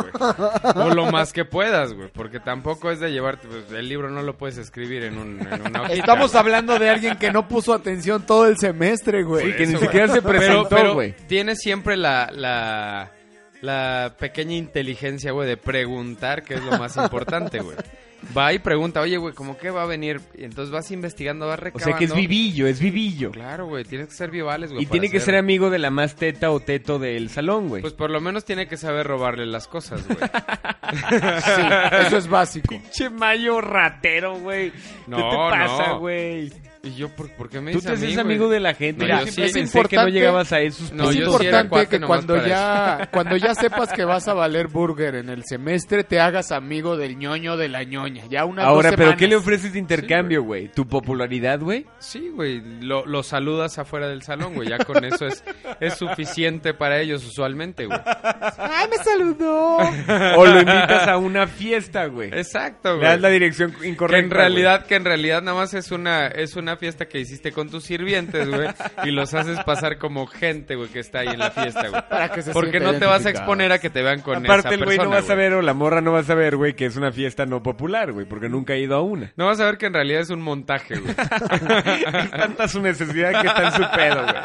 Speaker 3: güey. O lo más que puedas, güey. Porque tampoco es de llevarte, pues, el libro no lo puedes escribir en, un, en una hojita.
Speaker 6: Estamos hablando de alguien que no puso atención todo el semestre, güey.
Speaker 2: Sí, que ni
Speaker 3: Eso,
Speaker 2: siquiera se presentó,
Speaker 3: pero
Speaker 2: güey.
Speaker 3: Tienes siempre la, la, la pequeña inteligencia, güey, de preguntar, que es lo más importante, güey. Va y pregunta, oye, güey, ¿cómo que va a venir? Y entonces vas investigando, vas
Speaker 2: O
Speaker 3: recabando.
Speaker 2: sea que es vivillo, es vivillo.
Speaker 3: Claro, güey, tienes que ser vivales, güey.
Speaker 2: Y
Speaker 3: para
Speaker 2: tiene que ser
Speaker 3: hacer-
Speaker 2: amigo de la más teta o teto del salón, güey.
Speaker 3: Pues por lo menos tiene que saber robarle las cosas, güey.
Speaker 6: Sí, eso es básico.
Speaker 2: Pinche mayo ratero, güey.
Speaker 3: No,
Speaker 2: ¿Qué te pasa,
Speaker 3: no.
Speaker 2: güey?
Speaker 3: ¿Y yo por, por qué me
Speaker 2: Tú
Speaker 3: dice
Speaker 2: te
Speaker 3: a mí,
Speaker 2: haces
Speaker 3: güey?
Speaker 2: amigo de la gente. yo
Speaker 3: No, yo
Speaker 2: siempre
Speaker 3: sí.
Speaker 2: pensé
Speaker 6: Es
Speaker 2: que no
Speaker 6: importante-
Speaker 2: llegabas a esos
Speaker 3: No,
Speaker 6: es
Speaker 3: yo sí era
Speaker 6: importante
Speaker 3: cuate
Speaker 6: que
Speaker 3: nomás
Speaker 6: cuando
Speaker 3: para
Speaker 6: ya, cuando ya sepas que vas a valer burger en el semestre, te hagas amigo del ñoño de la ñoña. Ya unas dos
Speaker 2: Ahora, ¿pero
Speaker 6: semanas.
Speaker 2: qué le ofreces de intercambio, güey? ¿Tu popularidad, güey?
Speaker 3: Sí, güey, lo, lo saludas afuera del salón, güey. Ya con eso es, es suficiente para ellos usualmente, güey.
Speaker 6: ¡Ay, me saludó!
Speaker 2: ¿O lo invitas a una fiesta, güey?
Speaker 3: Exacto,
Speaker 2: Le das la
Speaker 3: güey.
Speaker 2: dirección
Speaker 3: Que
Speaker 2: incorrecta.
Speaker 3: en realidad, que en realidad nada más es una, es una fiesta que hiciste con tus sirvientes, güey. Y los haces pasar como gente, güey, que está ahí en la fiesta, güey.
Speaker 6: Para que se
Speaker 3: Porque
Speaker 6: sienta
Speaker 3: no te vas a
Speaker 6: identificado.
Speaker 3: exponer a que te vean con
Speaker 2: güey.
Speaker 3: esa
Speaker 2: Aparte, el güey
Speaker 3: persona,
Speaker 2: no va a
Speaker 3: güey.
Speaker 2: saber o la morra no va a saber, güey, que es una fiesta no popular, güey, porque nunca ha ido a una.
Speaker 3: No vas a ver que en realidad es un montaje, güey.
Speaker 2: Es tanta su necesidad que está en su pedo, güey.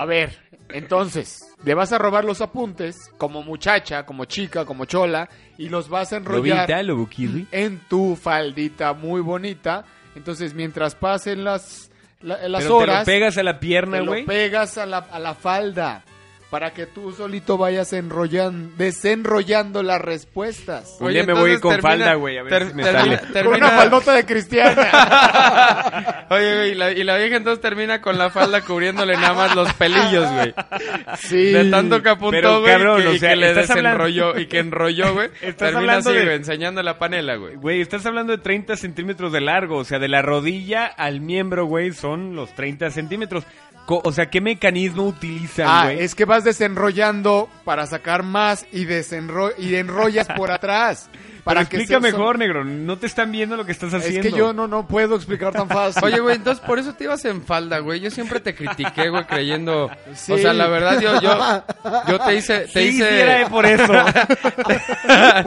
Speaker 6: A ver, entonces, le vas a robar los apuntes como muchacha, como chica, como chola, y los vas a enrollar
Speaker 2: lo buquirri.
Speaker 6: en tu faldita muy bonita. Entonces, mientras pasen las, la- las
Speaker 2: Pero te
Speaker 6: horas,
Speaker 2: lo pegas a la pierna,
Speaker 6: te lo
Speaker 2: güey.
Speaker 6: pegas a la, a la falda para que tú solito vayas enrollando, desenrollando las respuestas.
Speaker 2: Un día me voy
Speaker 3: entonces
Speaker 2: con
Speaker 3: termina-
Speaker 2: falda, güey, a ver si me
Speaker 3: termina,
Speaker 2: sale.
Speaker 6: Con una
Speaker 3: termina-
Speaker 6: faldota de cristiana.
Speaker 3: Oye, güey, y la, y la vieja entonces termina con la falda cubriéndole nada más los pelillos, güey.
Speaker 6: Sí.
Speaker 3: De tanto que
Speaker 2: Pero,
Speaker 3: apuntó, güey,
Speaker 2: cabrón,
Speaker 3: y que,
Speaker 2: o
Speaker 3: y
Speaker 2: sea,
Speaker 3: que le
Speaker 2: estás hablando-
Speaker 3: desenrolló y que enrolló, güey.
Speaker 2: Estás
Speaker 3: Termina
Speaker 2: hablando
Speaker 3: así,
Speaker 2: de-
Speaker 3: güey, enseñando la panela, güey.
Speaker 2: Güey, estás hablando de 30 centímetros de largo, o sea, de la rodilla al miembro, güey, son los 30 centímetros. Co- o sea, ¿qué mecanismo utilizan,
Speaker 6: Ah,
Speaker 2: güey?
Speaker 6: es que vas desenrollando para sacar más y, desenro y enrollas por atrás. Para
Speaker 2: Pero
Speaker 6: que
Speaker 2: explica
Speaker 6: sea-
Speaker 2: mejor, negro, no te están viendo lo que estás
Speaker 6: Es
Speaker 2: haciendo.
Speaker 6: que yo no, no puedo explicar tan fácil.
Speaker 3: Oye, güey, entonces por eso te ibas en falda, güey. Yo siempre te critiqué, güey, creyendo.
Speaker 6: Sí.
Speaker 3: O sea, la verdad, yo, yo, yo te hice. Te
Speaker 2: Sí,
Speaker 3: hice...
Speaker 2: sí, era de por eso.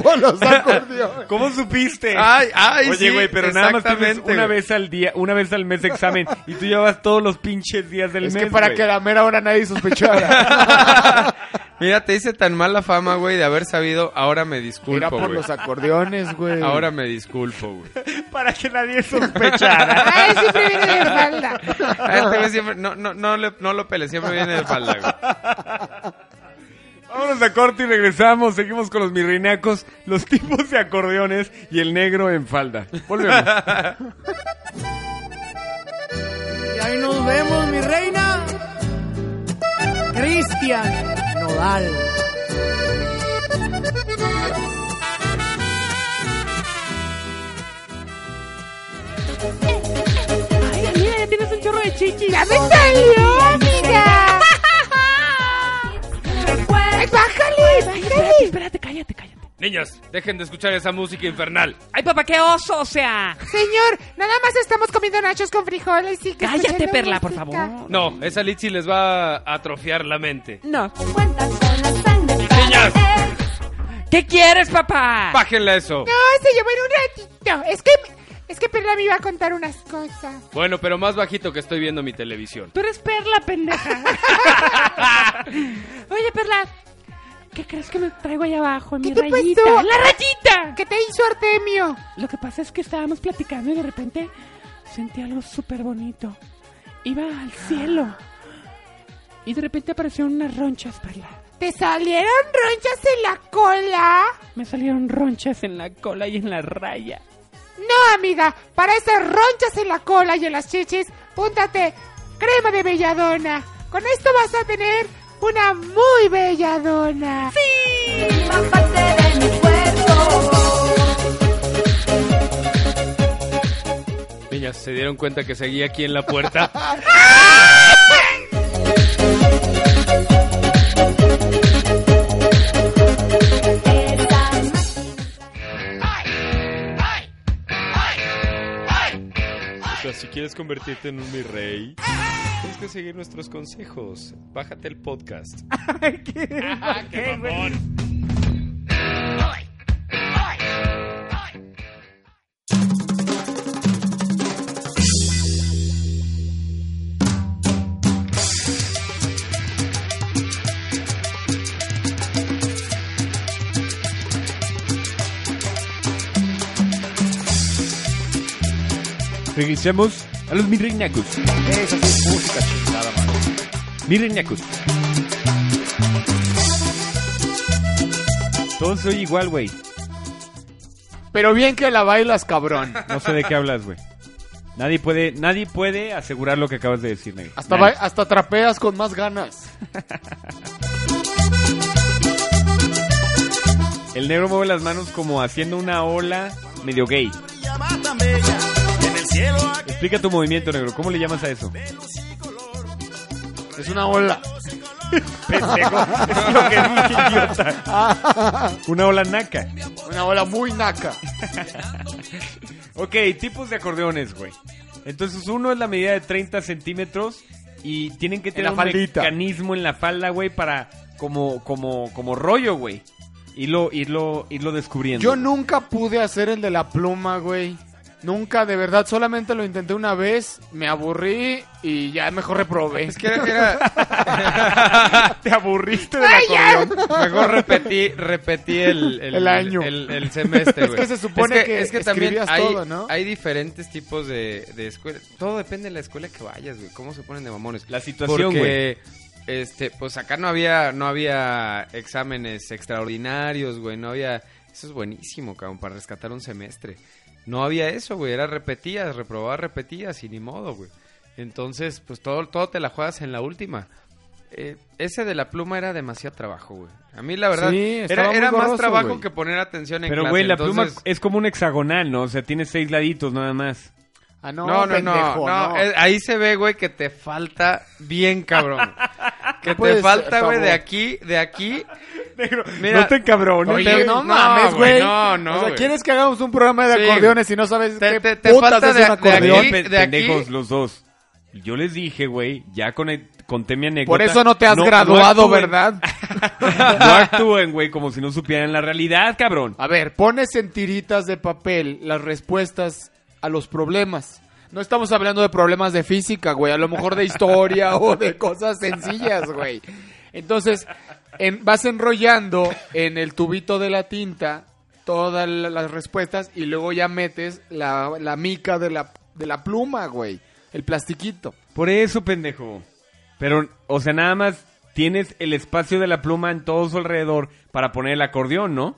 Speaker 6: Por los acordeones.
Speaker 2: ¿Cómo supiste?
Speaker 3: Ay, ay, sí,
Speaker 2: Oye, güey, pero nada más tienes
Speaker 3: exactamente,
Speaker 2: una
Speaker 3: güey.
Speaker 2: vez al día, una vez al mes de examen y tú llevas todos los pinches días del
Speaker 6: Es
Speaker 2: mes.
Speaker 6: que para
Speaker 2: güey.
Speaker 6: que a la mera hora nadie sospechara.
Speaker 3: Mira, te hice tan mala fama, güey, de haber sabido. Ahora me
Speaker 6: Era
Speaker 3: disculpo,
Speaker 6: por
Speaker 3: güey.
Speaker 6: los acordeones, güey.
Speaker 3: Ahora me disculpo, güey.
Speaker 2: para que nadie sospechara.
Speaker 6: Ay, siempre viene de espalda.
Speaker 3: A Este güey siempre. No, no, no, le- no lo pele, siempre viene de falda, güey.
Speaker 2: Vámonos a corte y regresamos. Seguimos con los mirrinacos, los tipos de acordeones y el negro en falda. Volvemos.
Speaker 8: Y ahí nos vemos, mi reina. Cristian Nodal. Ay, mira, ya tienes un chorro de chichis. ¡Ya me salió, amiga! ¡Bájale! Espérate, cállate, cállate.
Speaker 3: Niños, dejen de escuchar esa música infernal.
Speaker 8: Ay, papá, qué oso, o sea.
Speaker 9: Señor, nada más estamos comiendo nachos con frijoles y que
Speaker 8: Cállate,
Speaker 9: escuchando
Speaker 8: Perla, por
Speaker 9: música.
Speaker 8: favor.
Speaker 3: No, esa Litsi les va a atrofiar la mente.
Speaker 8: No.
Speaker 3: Niñas,
Speaker 8: ¿Qué quieres, papá?
Speaker 3: bájenle eso.
Speaker 9: No, se llevó en un ratito. Es que, es que Perla me iba a contar unas cosas.
Speaker 3: Bueno, pero más bajito que estoy viendo mi televisión.
Speaker 8: Tú eres Perla, pendeja. Oye, Perla, ¿qué crees que me traigo ahí abajo? en Mi
Speaker 9: ¿Qué te
Speaker 8: rayita.
Speaker 9: pasó?
Speaker 8: ¡La rayita!
Speaker 9: ¿Qué te hizo Artemio?
Speaker 8: Lo que pasa es que estábamos platicando y de repente sentí algo súper bonito. Iba al cielo. Y de repente aparecieron unas ronchas, Perla.
Speaker 9: ¿Te salieron ronchas en la cola?
Speaker 8: Me salieron ronchas en la cola y en la raya.
Speaker 9: No, amiga, para esas ronchas en la cola y en las chichis, púntate crema de belladona. Con esto vas a tener una muy belladona. Sí.
Speaker 3: Niñas, ¿se dieron cuenta que seguía aquí en la puerta?
Speaker 10: O sea, si quieres convertirte en un mi rey,
Speaker 3: Tienes que seguir nuestros consejos. Bájate el podcast.
Speaker 1: ¡Qué mamón!
Speaker 2: Regresamos a los mirreinacos.
Speaker 6: Esa sí es música chingada, mano.
Speaker 2: Mirreinacos. Todo soy igual, güey.
Speaker 6: Pero bien que la bailas, cabrón.
Speaker 2: No sé de qué hablas, güey. Nadie puede, nadie puede asegurar lo que acabas de decir, negro.
Speaker 6: Hasta,
Speaker 2: Nadie.
Speaker 6: ba- hasta trapeas con más ganas.
Speaker 2: El negro mueve las manos como haciendo una ola medio gay. Explica tu movimiento, negro. ¿Cómo le llamas a eso?
Speaker 6: Es una ola.
Speaker 2: Una ola naca.
Speaker 6: Una ola muy naca.
Speaker 2: Ok, tipos de acordeones, güey. Entonces, uno es la medida de 30 centímetros y tienen que tener
Speaker 6: la
Speaker 2: un
Speaker 6: faldita.
Speaker 2: mecanismo en la falda, güey, para como, como, como rollo, güey. Irlo, irlo, irlo descubriendo.
Speaker 6: Yo nunca pude hacer el de la pluma, güey. Nunca, de verdad, solamente lo intenté una vez, me aburrí y ya mejor reprobé.
Speaker 3: Es que era,
Speaker 6: te aburriste del acordeón.
Speaker 3: mejor repetí, repetí el,
Speaker 6: El año.
Speaker 3: el, el semestre.
Speaker 6: Es
Speaker 3: güey.
Speaker 6: que se supone que escribías
Speaker 3: hay,
Speaker 6: todo, ¿no?
Speaker 3: hay diferentes tipos de, de escuelas. Todo depende de la escuela que vayas, güey. Cómo se ponen de mamones.
Speaker 2: La situación,
Speaker 3: Porque, este, pues acá no había, no había exámenes extraordinarios, güey. No había. Eso es buenísimo, cabrón, para rescatar un semestre. No había eso, güey. Era repetías, reprobar, repetías y ni modo, güey. Entonces, pues todo, todo te la juegas en la última. Eh, ese de la pluma era demasiado trabajo, güey. A mí, la verdad,
Speaker 6: Sí, estaba
Speaker 3: era,
Speaker 6: muy
Speaker 3: era más
Speaker 6: borroso,
Speaker 3: trabajo
Speaker 6: güey.
Speaker 3: que poner atención en
Speaker 2: Pero,
Speaker 3: clase.
Speaker 2: güey, la pluma
Speaker 3: entonces-
Speaker 2: es como un hexagonal, ¿no? O sea, tiene seis laditos nada más.
Speaker 6: Ah, no,
Speaker 3: No, no, no,
Speaker 6: pendejo,
Speaker 3: no,
Speaker 6: no.
Speaker 3: eh, ahí se ve, güey, que te falta bien, cabrón. que te
Speaker 6: puedes,
Speaker 3: falta,
Speaker 6: por
Speaker 3: güey, de
Speaker 6: favor.
Speaker 3: aquí, de aquí.
Speaker 2: no te encabrones,
Speaker 3: Oye,
Speaker 6: Oye, no mames, güey.
Speaker 3: No, no,
Speaker 6: O sea,
Speaker 3: güey.
Speaker 6: ¿quieres que hagamos un programa de
Speaker 3: Sí,
Speaker 6: acordeones si no sabes
Speaker 3: Te-
Speaker 6: qué
Speaker 3: te- te
Speaker 6: putas
Speaker 3: falta
Speaker 6: es
Speaker 3: de-
Speaker 6: un
Speaker 3: de
Speaker 6: acordeón?
Speaker 3: aquí- de
Speaker 2: pendejos
Speaker 3: aquí-
Speaker 2: los dos. Yo les dije, güey, ya con el- conté mi anécdota.
Speaker 6: Por eso no te has graduado,
Speaker 2: actúen-
Speaker 6: ¿verdad?
Speaker 2: No actúen, güey, como si no supieran la realidad, cabrón.
Speaker 6: A ver, pones en tiritas de papel las respuestas a los problemas. No estamos hablando de problemas de física, güey, a lo mejor de historia o de cosas sencillas, güey. Entonces, en- vas enrollando en el tubito de la tinta todas la- las respuestas y luego ya metes la, la mica de la, de la pluma, güey, el plastiquito.
Speaker 2: Por eso, pendejo. Pero, o sea, nada más tienes el espacio de la pluma en todo su alrededor para poner el acordeón, ¿no?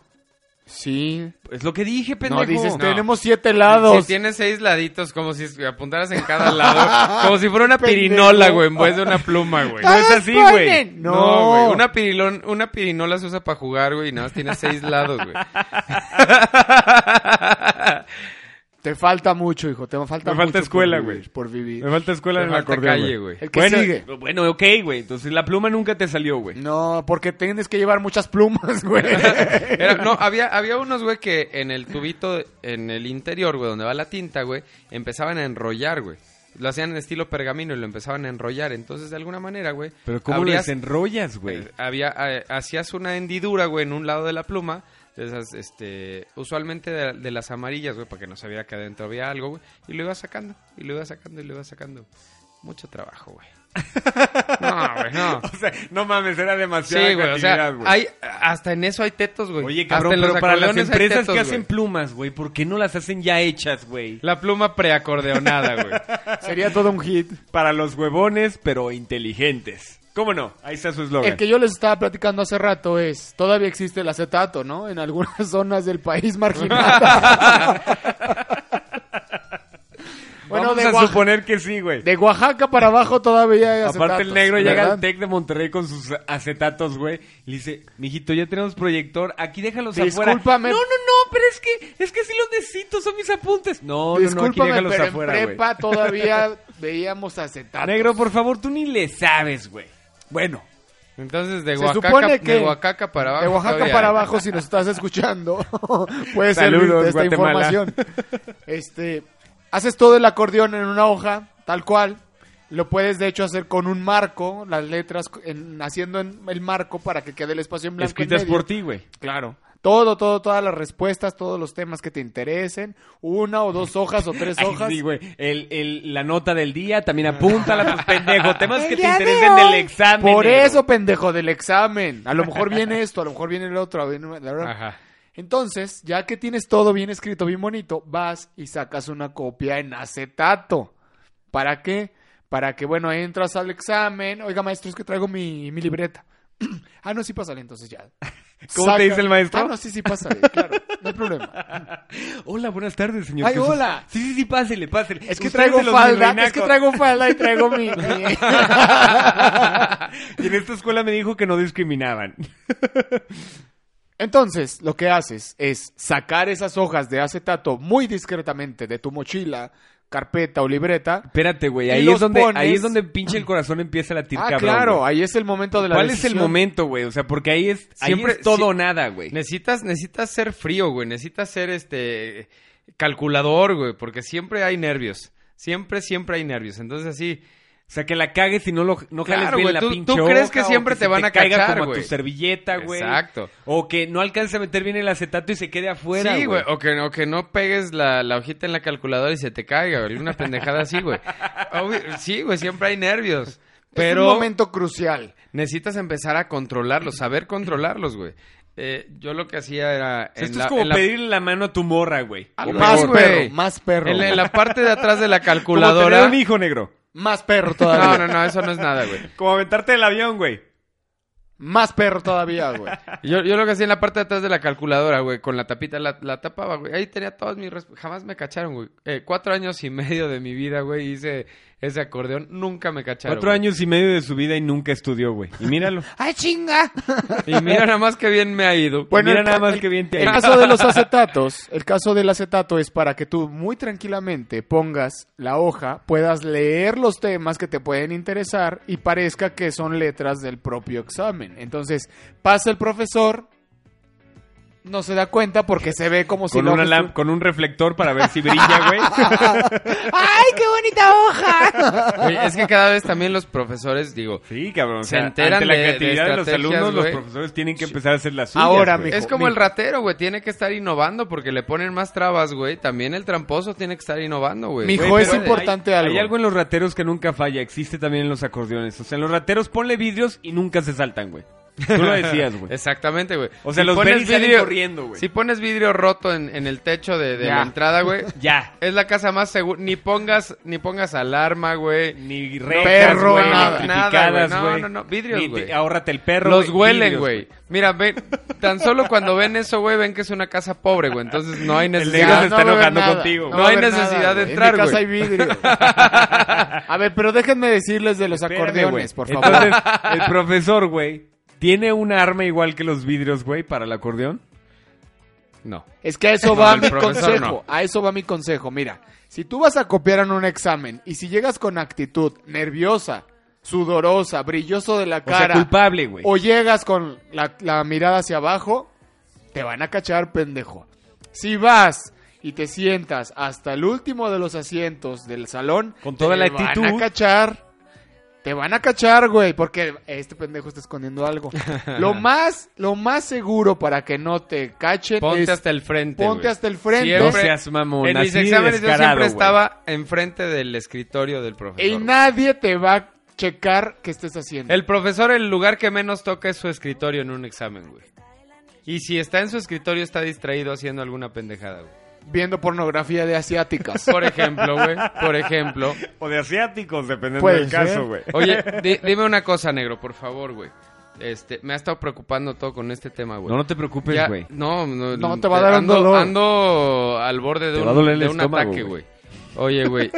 Speaker 6: Sí.
Speaker 2: Es lo que dije, pendejo.
Speaker 6: No, dices,
Speaker 3: No.
Speaker 6: tenemos siete lados.
Speaker 3: Si tiene seis laditos, como si apuntaras en cada lado. como si fuera una
Speaker 6: Pendejo.
Speaker 3: pirinola, güey, en vez de una pluma, güey.
Speaker 2: No es así, güey.
Speaker 6: ¡Ah, ponen.
Speaker 3: No,
Speaker 6: No.
Speaker 3: güey. Una, pirilón- una pirinola se usa para jugar, güey, y nada más tiene seis lados, güey.
Speaker 6: Te falta mucho, hijo, te falta
Speaker 2: Me falta
Speaker 6: mucho por
Speaker 2: escuela,
Speaker 6: vivir,
Speaker 2: güey.
Speaker 6: Por vivir.
Speaker 2: Me falta escuela
Speaker 3: Te
Speaker 2: en el
Speaker 3: falta
Speaker 2: acordeón. güey.
Speaker 3: calle, güey.
Speaker 6: El que
Speaker 2: bueno,
Speaker 6: sigue.
Speaker 2: bueno, ok, güey. Entonces la pluma nunca te salió, güey.
Speaker 6: No, porque tienes que llevar muchas plumas, güey.
Speaker 3: Era- no, había, había unos, güey, que en el tubito, en el interior, güey, donde va la tinta, güey, empezaban a enrollar, güey. Lo hacían en estilo pergamino y lo empezaban a enrollar. Entonces, de alguna manera, güey.
Speaker 2: Pero ¿cómo
Speaker 3: abrías-
Speaker 2: les enrollas, güey?
Speaker 3: eh, había, eh, hacías una hendidura, güey, en un lado de la pluma. De esas, este, usualmente de, de las amarillas, güey, para que no se viera que adentro había algo, güey. Y lo ibas sacando, y lo ibas sacando, y lo ibas sacando. Mucho trabajo, güey. No, güey, no.
Speaker 2: O sea, no mames, era demasiado.
Speaker 3: Sí, güey, o sea, hay, hasta en eso hay tetos, güey.
Speaker 2: Oye,
Speaker 3: Hasta
Speaker 2: cabrón,
Speaker 3: en los
Speaker 2: pero para las
Speaker 3: acordeones hay
Speaker 2: empresas
Speaker 3: tetos,
Speaker 2: que
Speaker 3: güey.
Speaker 2: hacen plumas, güey, ¿por qué no las hacen ya hechas, güey?
Speaker 3: La pluma preacordeonada, güey.
Speaker 6: Sería todo un hit.
Speaker 2: Para los huevones, pero inteligentes. ¿Cómo no? Ahí está su eslogan.
Speaker 6: El que yo les estaba platicando hace rato es, todavía existe el acetato, ¿no? En algunas zonas del país marginal. bueno,
Speaker 2: Vamos
Speaker 6: de,
Speaker 2: a
Speaker 6: Oaxa-
Speaker 2: suponer que sí, güey.
Speaker 6: de Oaxaca para abajo todavía hay acetatos.
Speaker 2: Aparte el negro llega
Speaker 6: ¿verdad?
Speaker 2: al Tec de Monterrey con sus acetatos, güey, y le dice, mijito, ya tenemos proyector, aquí déjalos afuera.
Speaker 6: Discúlpame.
Speaker 2: No, no, no, pero es que, es que sí los necesito, son mis apuntes. No, no, no, aquí
Speaker 6: Discúlpame,
Speaker 2: déjalos
Speaker 6: pero
Speaker 2: afuera,
Speaker 6: en
Speaker 2: güey.
Speaker 6: prepa todavía veíamos acetato.
Speaker 2: Negro, por favor, tú ni le sabes, güey. Bueno,
Speaker 3: Entonces, de
Speaker 6: Se
Speaker 3: Oaxaca,
Speaker 6: supone que
Speaker 3: de Oaxaca para abajo.
Speaker 6: De Oaxaca
Speaker 3: todavía.
Speaker 6: para abajo, si nos estás escuchando, puedes
Speaker 2: Saludos,
Speaker 6: servirte esta
Speaker 2: Guatemala.
Speaker 6: información. Este, haces todo el acordeón en una hoja, tal cual, Lo puedes de hecho hacer con un marco, las letras, en- haciendo en- el marco para que quede el espacio en blanco. en
Speaker 2: Escritas
Speaker 6: medio.
Speaker 2: por ti, güey.
Speaker 6: Claro. Todo, todo, todas las respuestas, todos los temas que te interesen, una o dos hojas o tres
Speaker 2: Ay,
Speaker 6: hojas.
Speaker 2: sí, güey. El- el- la nota del día también apúntala, pues, pendejo. Temas
Speaker 9: El
Speaker 2: que te
Speaker 9: día de
Speaker 2: interesen del
Speaker 9: hoy.
Speaker 2: examen.
Speaker 6: Por
Speaker 2: negro.
Speaker 6: eso, pendejo, del examen. A lo mejor viene esto, a lo mejor viene el otro. a ver, la verdad.
Speaker 3: Ajá.
Speaker 6: Entonces, ya que tienes todo bien escrito, bien bonito, vas y sacas una copia en acetato. ¿Para qué? Para que, bueno, entras al examen. Oiga, maestro, es que traigo mi, mi libreta. ah, no, sí pásale, entonces ya.
Speaker 2: ¿Cómo te dice el maestro?
Speaker 6: Ah, no, sí, sí, pásale, claro. No hay problema.
Speaker 2: Hola, buenas tardes, señor.
Speaker 6: Ay,
Speaker 2: Jesús.
Speaker 6: hola.
Speaker 2: Sí, sí, sí, pásele, pásele.
Speaker 6: Es que
Speaker 2: Usted
Speaker 6: traigo
Speaker 2: de los
Speaker 6: falda, es
Speaker 2: milrenacos.
Speaker 6: que traigo falda y traigo mi... mi-
Speaker 2: y en esta escuela me dijo que no discriminaban.
Speaker 6: Entonces, lo que haces es sacar esas hojas de acetato muy discretamente de tu mochila, carpeta o libreta.
Speaker 2: Espérate, güey.
Speaker 6: Y
Speaker 2: Ahí
Speaker 6: los
Speaker 2: es donde,
Speaker 6: pones-
Speaker 2: ahí es donde pinche el corazón empieza a latir,
Speaker 6: Ah,
Speaker 2: cabrón.
Speaker 6: claro,
Speaker 2: güey.
Speaker 6: ahí es el momento de la
Speaker 2: ¿Cuál es el
Speaker 6: decisión.
Speaker 2: momento, güey? O sea, porque ahí es, ahí
Speaker 3: Siempre-
Speaker 2: es todo
Speaker 3: sí.
Speaker 2: o nada, güey.
Speaker 3: Necesitas, necesitas ser frío, güey. Necesitas ser este calculador, güey. Porque siempre hay nervios. Siempre, siempre hay nervios. Entonces así.
Speaker 2: O sea, que la cagues y no, lo, no jales
Speaker 3: Claro,
Speaker 2: bien
Speaker 3: güey,
Speaker 2: la
Speaker 3: tú-
Speaker 2: pinche
Speaker 3: tú crees
Speaker 2: hoja,
Speaker 3: que
Speaker 2: o
Speaker 3: siempre
Speaker 2: se
Speaker 3: te van a
Speaker 2: caiga
Speaker 3: cachar,
Speaker 2: como a tu
Speaker 3: güey.
Speaker 2: servieta, güey.
Speaker 3: Exacto.
Speaker 2: O que no alcanza a meter bien el acetato y se quede afuera,
Speaker 3: sí, güey. O que, o que no pegues la, la hojita en la calculadora y se te caiga, güey. Alguna pendejada así, güey. Obvio- sí, güey, siempre hay nervios. Pero.
Speaker 6: Es un momento crucial.
Speaker 3: Necesitas empezar a controlarlos, saber controlarlos, güey. Eh, yo lo que hacía era...
Speaker 2: O sea,
Speaker 3: en
Speaker 2: esto
Speaker 3: la-
Speaker 2: es como
Speaker 3: en la-
Speaker 2: pedirle la mano a tu morra, güey.
Speaker 3: Algo
Speaker 2: O
Speaker 3: así,
Speaker 6: Más
Speaker 2: peor.
Speaker 3: güey.
Speaker 6: perro, más perro.
Speaker 3: En la, en la parte de atrás de la
Speaker 2: Como tener
Speaker 3: calculadora...
Speaker 2: un hijo negro.
Speaker 6: Más perro
Speaker 3: No,
Speaker 6: todavía.
Speaker 3: no, no, eso no es nada, güey.
Speaker 2: Como aventarte del avión, güey.
Speaker 6: Más perro todavía, güey.
Speaker 3: Yo, yo lo que hacía en la parte de atrás de la calculadora, güey, con la tapita, la, la tapaba, güey. Ahí tenía todas mis... resp- Jamás me cacharon, güey. Eh, cuatro años y medio de mi vida, güey, hice ese acordeón. Nunca me cacharon.
Speaker 2: Cuatro
Speaker 3: güey.
Speaker 2: años y medio de su vida y nunca estudió, güey. Y míralo.
Speaker 9: ¡Ay, chinga!
Speaker 3: Y mira nada más que bien me ha ido.
Speaker 2: Bueno, Mira
Speaker 6: el
Speaker 2: nada
Speaker 6: ca-
Speaker 2: más
Speaker 6: el-
Speaker 2: que bien te ha
Speaker 6: El
Speaker 2: ido.
Speaker 6: caso de los acetatos, el caso del acetato es para que tú muy tranquilamente pongas la hoja, puedas leer los temas que te pueden interesar y parezca que son letras del propio examen. Entonces, pasa el profesor, no se da cuenta porque se ve como si
Speaker 2: Con,
Speaker 6: la
Speaker 2: una
Speaker 6: hoja
Speaker 2: lam-
Speaker 6: estu-
Speaker 2: con un reflector para ver si brilla, güey.
Speaker 9: ¡Ay, qué bonita hoja!
Speaker 3: Oye, es que cada vez también los profesores, digo,
Speaker 2: Sí, cabrón. O
Speaker 3: Se
Speaker 2: sea,
Speaker 3: enteran
Speaker 2: ante la
Speaker 3: de- de
Speaker 2: creatividad de, los
Speaker 3: estrategias,
Speaker 2: alumnos, los
Speaker 3: güey.
Speaker 2: profesores tienen que empezar a hacer las suyas.
Speaker 6: Ahora,
Speaker 2: güey.
Speaker 6: mijo.
Speaker 3: Es como el ratero, güey. Tiene que estar innovando porque le ponen más trabas, güey. También el tramposo tiene que estar innovando, güey.
Speaker 6: Mijo,
Speaker 3: Güey,
Speaker 6: es
Speaker 3: pero-
Speaker 6: importante
Speaker 2: hay,
Speaker 6: algo.
Speaker 2: Hay algo en los rateros que nunca falla. Existe también en los acordeones. O sea, en los rateros ponle vidrios y nunca se saltan, güey. Tú lo decías, güey.
Speaker 3: Exactamente, güey.
Speaker 2: O sea, los ven y salen corriendo, güey.
Speaker 3: Si pones vidrio roto en, en el techo de, de
Speaker 2: Ya.
Speaker 3: la entrada, güey.
Speaker 2: Ya.
Speaker 3: Es la casa más segura. Ni pongas, ni pongas alarma, güey.
Speaker 2: Ni rectas,
Speaker 6: perro,
Speaker 2: güey,
Speaker 6: nada.
Speaker 2: electrificadas,
Speaker 3: Nada, güey.
Speaker 2: güey.
Speaker 3: No, no, no, vidrios,
Speaker 2: Ni te-
Speaker 3: güey.
Speaker 2: Ahórrate el perro.
Speaker 3: Los
Speaker 2: güey,
Speaker 3: huelen,
Speaker 2: vidrios,
Speaker 3: güey. Mira, ven, tan solo cuando ven eso, güey, ven que es una casa pobre, güey. Entonces no hay
Speaker 2: El
Speaker 3: necesidad.
Speaker 2: negro se
Speaker 6: no
Speaker 2: está
Speaker 6: va a haber
Speaker 2: enojando
Speaker 6: nada.
Speaker 2: contigo.
Speaker 3: No
Speaker 2: güey.
Speaker 6: va a
Speaker 3: hay
Speaker 6: haber
Speaker 3: nada,
Speaker 6: nada,
Speaker 3: de
Speaker 6: güey.
Speaker 3: entrar,
Speaker 6: En mi casa
Speaker 3: güey.
Speaker 6: hay vidrio. A ver, pero déjenme decirles de los
Speaker 2: Espérame,
Speaker 6: acordeones, por
Speaker 2: güey.
Speaker 6: favor.
Speaker 2: Entonces, el profesor, güey, ¿tiene un arma igual que los vidrios, güey, para el acordeón?
Speaker 3: No.
Speaker 6: Es que a eso
Speaker 3: No,
Speaker 6: va
Speaker 3: el
Speaker 6: mi
Speaker 3: profesor
Speaker 6: consejo.
Speaker 3: no.
Speaker 6: A eso va mi consejo. Mira, si tú vas a copiar en un examen y si llegas con actitud nerviosa, sudorosa, brilloso de la
Speaker 2: O sea,
Speaker 6: cara,
Speaker 2: culpable, güey.
Speaker 6: o llegas con la, la mirada hacia abajo, te van a cachar, pendejo. Si vas y te sientas hasta el último de los asientos del salón,
Speaker 2: Con toda la
Speaker 6: te van
Speaker 2: actitud.
Speaker 6: a cachar. Te van a cachar, güey, porque este pendejo está escondiendo algo. Lo más, lo más seguro para que no te cachen
Speaker 3: Ponte
Speaker 6: es
Speaker 3: hasta el frente.
Speaker 6: Ponte
Speaker 3: güey.
Speaker 6: hasta el frente.
Speaker 2: No
Speaker 3: Siempre-
Speaker 2: seas mamón.
Speaker 3: En mis
Speaker 2: así de
Speaker 3: exámenes yo
Speaker 2: descarado,
Speaker 3: siempre
Speaker 2: güey.
Speaker 3: estaba enfrente del escritorio del profesor.
Speaker 6: Y
Speaker 3: güey.
Speaker 6: nadie te va a checar qué estés haciendo.
Speaker 3: El profesor, el lugar que menos toca es su escritorio en un examen, güey. Y si está en su escritorio, está distraído haciendo alguna pendejada, güey.
Speaker 2: Eh.
Speaker 6: Viendo pornografía de asiáticas.
Speaker 3: Por ejemplo, güey. Por ejemplo.
Speaker 2: O de asiáticos, dependiendo
Speaker 6: Puede
Speaker 2: del
Speaker 6: ser.
Speaker 2: caso, güey.
Speaker 3: Oye, di- dime una cosa, negro, por favor, güey. Este, me ha estado preocupando todo con este tema, güey.
Speaker 2: No, no te preocupes,
Speaker 3: Ya-
Speaker 2: güey.
Speaker 3: No, no,
Speaker 6: No, te va a dar un
Speaker 3: ando,
Speaker 6: dolor.
Speaker 3: Ando al borde de
Speaker 2: Te
Speaker 3: un,
Speaker 2: va a doler el
Speaker 3: de un
Speaker 2: estómago,
Speaker 3: ataque,
Speaker 2: güey.
Speaker 3: güey. Oye, güey,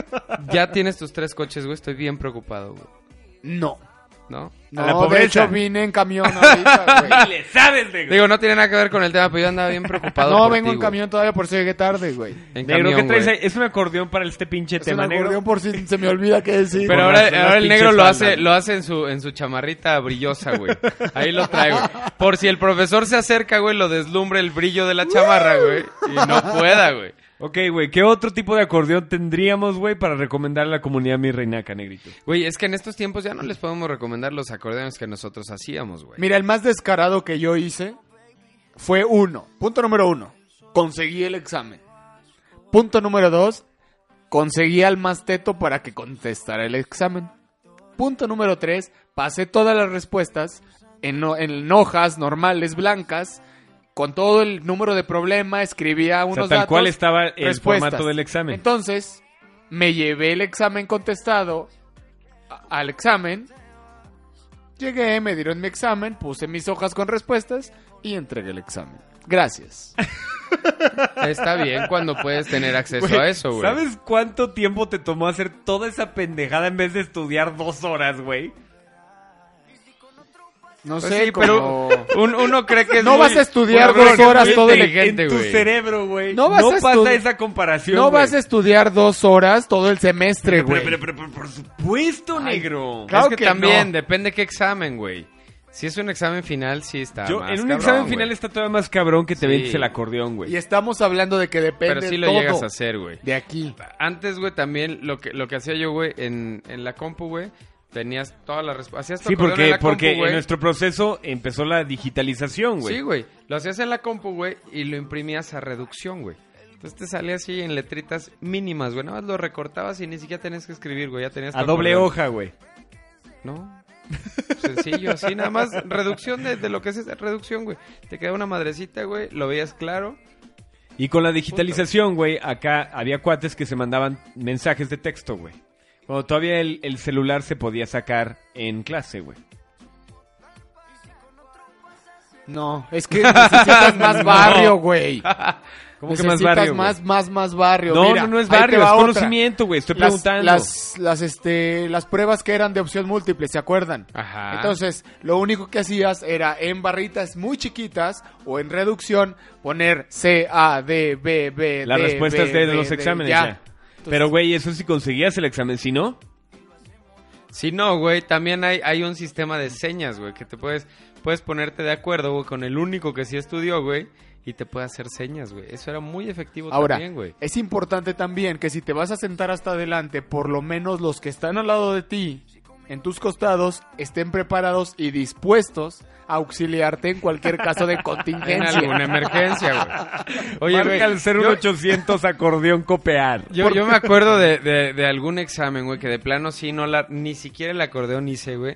Speaker 3: ya tienes tus tres coches, güey. Estoy bien preocupado, güey.
Speaker 6: No.
Speaker 3: ¿No?
Speaker 6: No,
Speaker 2: la
Speaker 6: de
Speaker 2: pobreza.
Speaker 6: hecho vine en camión ahorita, güey.
Speaker 2: ¡Le sabes, negro!
Speaker 3: Digo, no tiene nada que ver con el tema, pero yo andaba bien preocupado.
Speaker 6: No,
Speaker 3: por
Speaker 6: vengo
Speaker 3: ti,
Speaker 6: en
Speaker 3: güey.
Speaker 6: camión todavía por si llegué tarde, güey.
Speaker 3: En
Speaker 2: Negro, ¿qué
Speaker 3: camión,
Speaker 2: traes
Speaker 3: güey.
Speaker 2: ahí? Es un acordeón para este pinche
Speaker 6: Es un
Speaker 2: tema, negro.
Speaker 6: acordeón por si se me olvida qué decir.
Speaker 3: Pero
Speaker 2: Con
Speaker 3: ahora,
Speaker 2: las- las
Speaker 3: ahora el negro
Speaker 2: pinches
Speaker 3: lo
Speaker 2: faldas,
Speaker 3: hace,
Speaker 2: güey.
Speaker 3: lo hace en su, en su chamarrita brillosa, güey. Ahí lo trae, güey. Por si el profesor se acerca, güey, lo deslumbre el brillo de la chamarra, güey. Y no pueda, güey.
Speaker 2: Ok, güey, ¿qué otro tipo de acordeón tendríamos, güey, para recomendar a la comunidad mi reinaca, negrito?
Speaker 3: Güey, es que en estos tiempos ya no les podemos recomendar los acordeones que nosotros hacíamos, güey.
Speaker 6: Mira, el más descarado que yo hice fue uno. Punto número uno. Conseguí el examen. Punto número dos. Conseguí al más teto para que contestara el examen. Punto número tres. Pasé todas las respuestas en, ho- en hojas normales blancas. Con todo el número de problema, escribía
Speaker 2: tal
Speaker 6: unos datos,
Speaker 2: cual estaba el
Speaker 6: respuestas.
Speaker 2: formato del examen.
Speaker 6: Entonces, me llevé el examen contestado a- al examen Llegué, me dieron mi examen, puse mis hojas con respuestas y entregué el examen. Gracias.
Speaker 3: Está bien cuando puedes tener acceso
Speaker 2: Pues, Güey,
Speaker 3: a eso, güey.
Speaker 2: ¿Sabes cuánto tiempo te tomó hacer toda esa pendejada en vez de estudiar dos horas, güey?
Speaker 6: No
Speaker 3: Pues
Speaker 6: sé,
Speaker 3: sí,
Speaker 6: pero
Speaker 3: pero un- uno cree que es
Speaker 6: No
Speaker 3: muy-
Speaker 6: vas a estudiar
Speaker 3: Bueno,
Speaker 6: dos
Speaker 3: pero
Speaker 6: horas
Speaker 3: es
Speaker 6: todo el-
Speaker 3: inteligente,
Speaker 2: en tu
Speaker 3: güey.
Speaker 2: cerebro, güey. No,
Speaker 6: No vas a
Speaker 2: pasa
Speaker 6: estudiar-
Speaker 2: esa comparación,
Speaker 6: no vas a
Speaker 2: güey.
Speaker 6: estudiar dos horas todo el semestre,
Speaker 2: Pero,
Speaker 6: güey.
Speaker 2: pero, pero, pero, por supuesto, negro.
Speaker 6: claro
Speaker 3: es que,
Speaker 6: que no.
Speaker 3: también depende qué examen, güey. Si es un examen final, sí está
Speaker 2: Yo,
Speaker 3: más
Speaker 2: en un
Speaker 3: cabrón,
Speaker 2: examen
Speaker 3: güey.
Speaker 2: final está todavía más cabrón que te
Speaker 3: Sí.
Speaker 2: vendes el acordeón, güey.
Speaker 6: Y estamos hablando de que depende
Speaker 3: Pero sí lo
Speaker 6: todo
Speaker 3: llegas a hacer, güey.
Speaker 6: de aquí.
Speaker 3: Antes, güey, también lo que, lo que hacía yo, güey, en, en la compu, güey, tenías todas las respuestas. Hacías tu
Speaker 2: Sí,
Speaker 3: acordeón en
Speaker 2: porque,
Speaker 3: la compu,
Speaker 2: porque
Speaker 3: güey.
Speaker 2: en nuestro proceso empezó la digitalización, güey.
Speaker 3: Sí, güey. Lo hacías en la compu, güey, y lo imprimías a reducción, güey. Entonces te salía así en letritas mínimas, güey. Nada más lo recortabas y ni siquiera tenías que escribir, güey. Ya tenías
Speaker 2: a
Speaker 3: tu
Speaker 2: doble
Speaker 3: acordeón.
Speaker 2: hoja, güey.
Speaker 3: No. Sencillo, así nada más. Reducción de, de lo que es esa reducción, güey. Te queda una madrecita, güey. Lo veías claro.
Speaker 2: Y con la digitalización, güey, acá había cuates que se mandaban mensajes de texto, güey. Cuando todavía el, el celular se podía sacar en clase, güey.
Speaker 6: No, es que necesitas más barrio, güey.
Speaker 2: ¿Cómo que
Speaker 6: necesitas
Speaker 2: más barrio?
Speaker 6: más,
Speaker 2: güey?
Speaker 6: más, más barrio.
Speaker 2: No,
Speaker 6: Mira,
Speaker 2: no, no es
Speaker 6: ahí te
Speaker 2: barrio, es
Speaker 6: va otra.
Speaker 2: conocimiento, güey. Estoy
Speaker 6: Las-
Speaker 2: preguntando.
Speaker 6: Las, las, este, las pruebas que eran de opción múltiple, ¿se acuerdan?
Speaker 3: Ajá.
Speaker 6: Entonces, lo único que hacías era en barritas muy chiquitas o en reducción poner C, A, D, B, B,
Speaker 2: Las
Speaker 6: D,
Speaker 2: respuestas
Speaker 6: B,
Speaker 2: de,
Speaker 6: D,
Speaker 2: los
Speaker 6: D,
Speaker 2: exámenes, ya. Pero, güey, eso sí conseguías el examen, si no.
Speaker 3: Si no, güey, también hay, hay un sistema de señas, güey, que te puedes, puedes ponerte de acuerdo, güey, con el único que sí estudió, güey, y te puede hacer señas, güey. Eso era muy efectivo
Speaker 6: Ahora,
Speaker 3: también, güey.
Speaker 6: es importante también que si te vas a sentar hasta adelante, por lo menos los que están al lado de ti, en tus costados, estén preparados y dispuestos a auxiliarte en cualquier caso de
Speaker 3: En alguna
Speaker 6: contingencia.
Speaker 3: emergencia, güey. Oye, güey,
Speaker 2: Marca el
Speaker 3: yo-
Speaker 2: 01800 acordeón copear.
Speaker 3: Yo, yo me acuerdo de, de- de algún examen, güey, que de plano sí, no la, ni siquiera el acordeón hice, güey.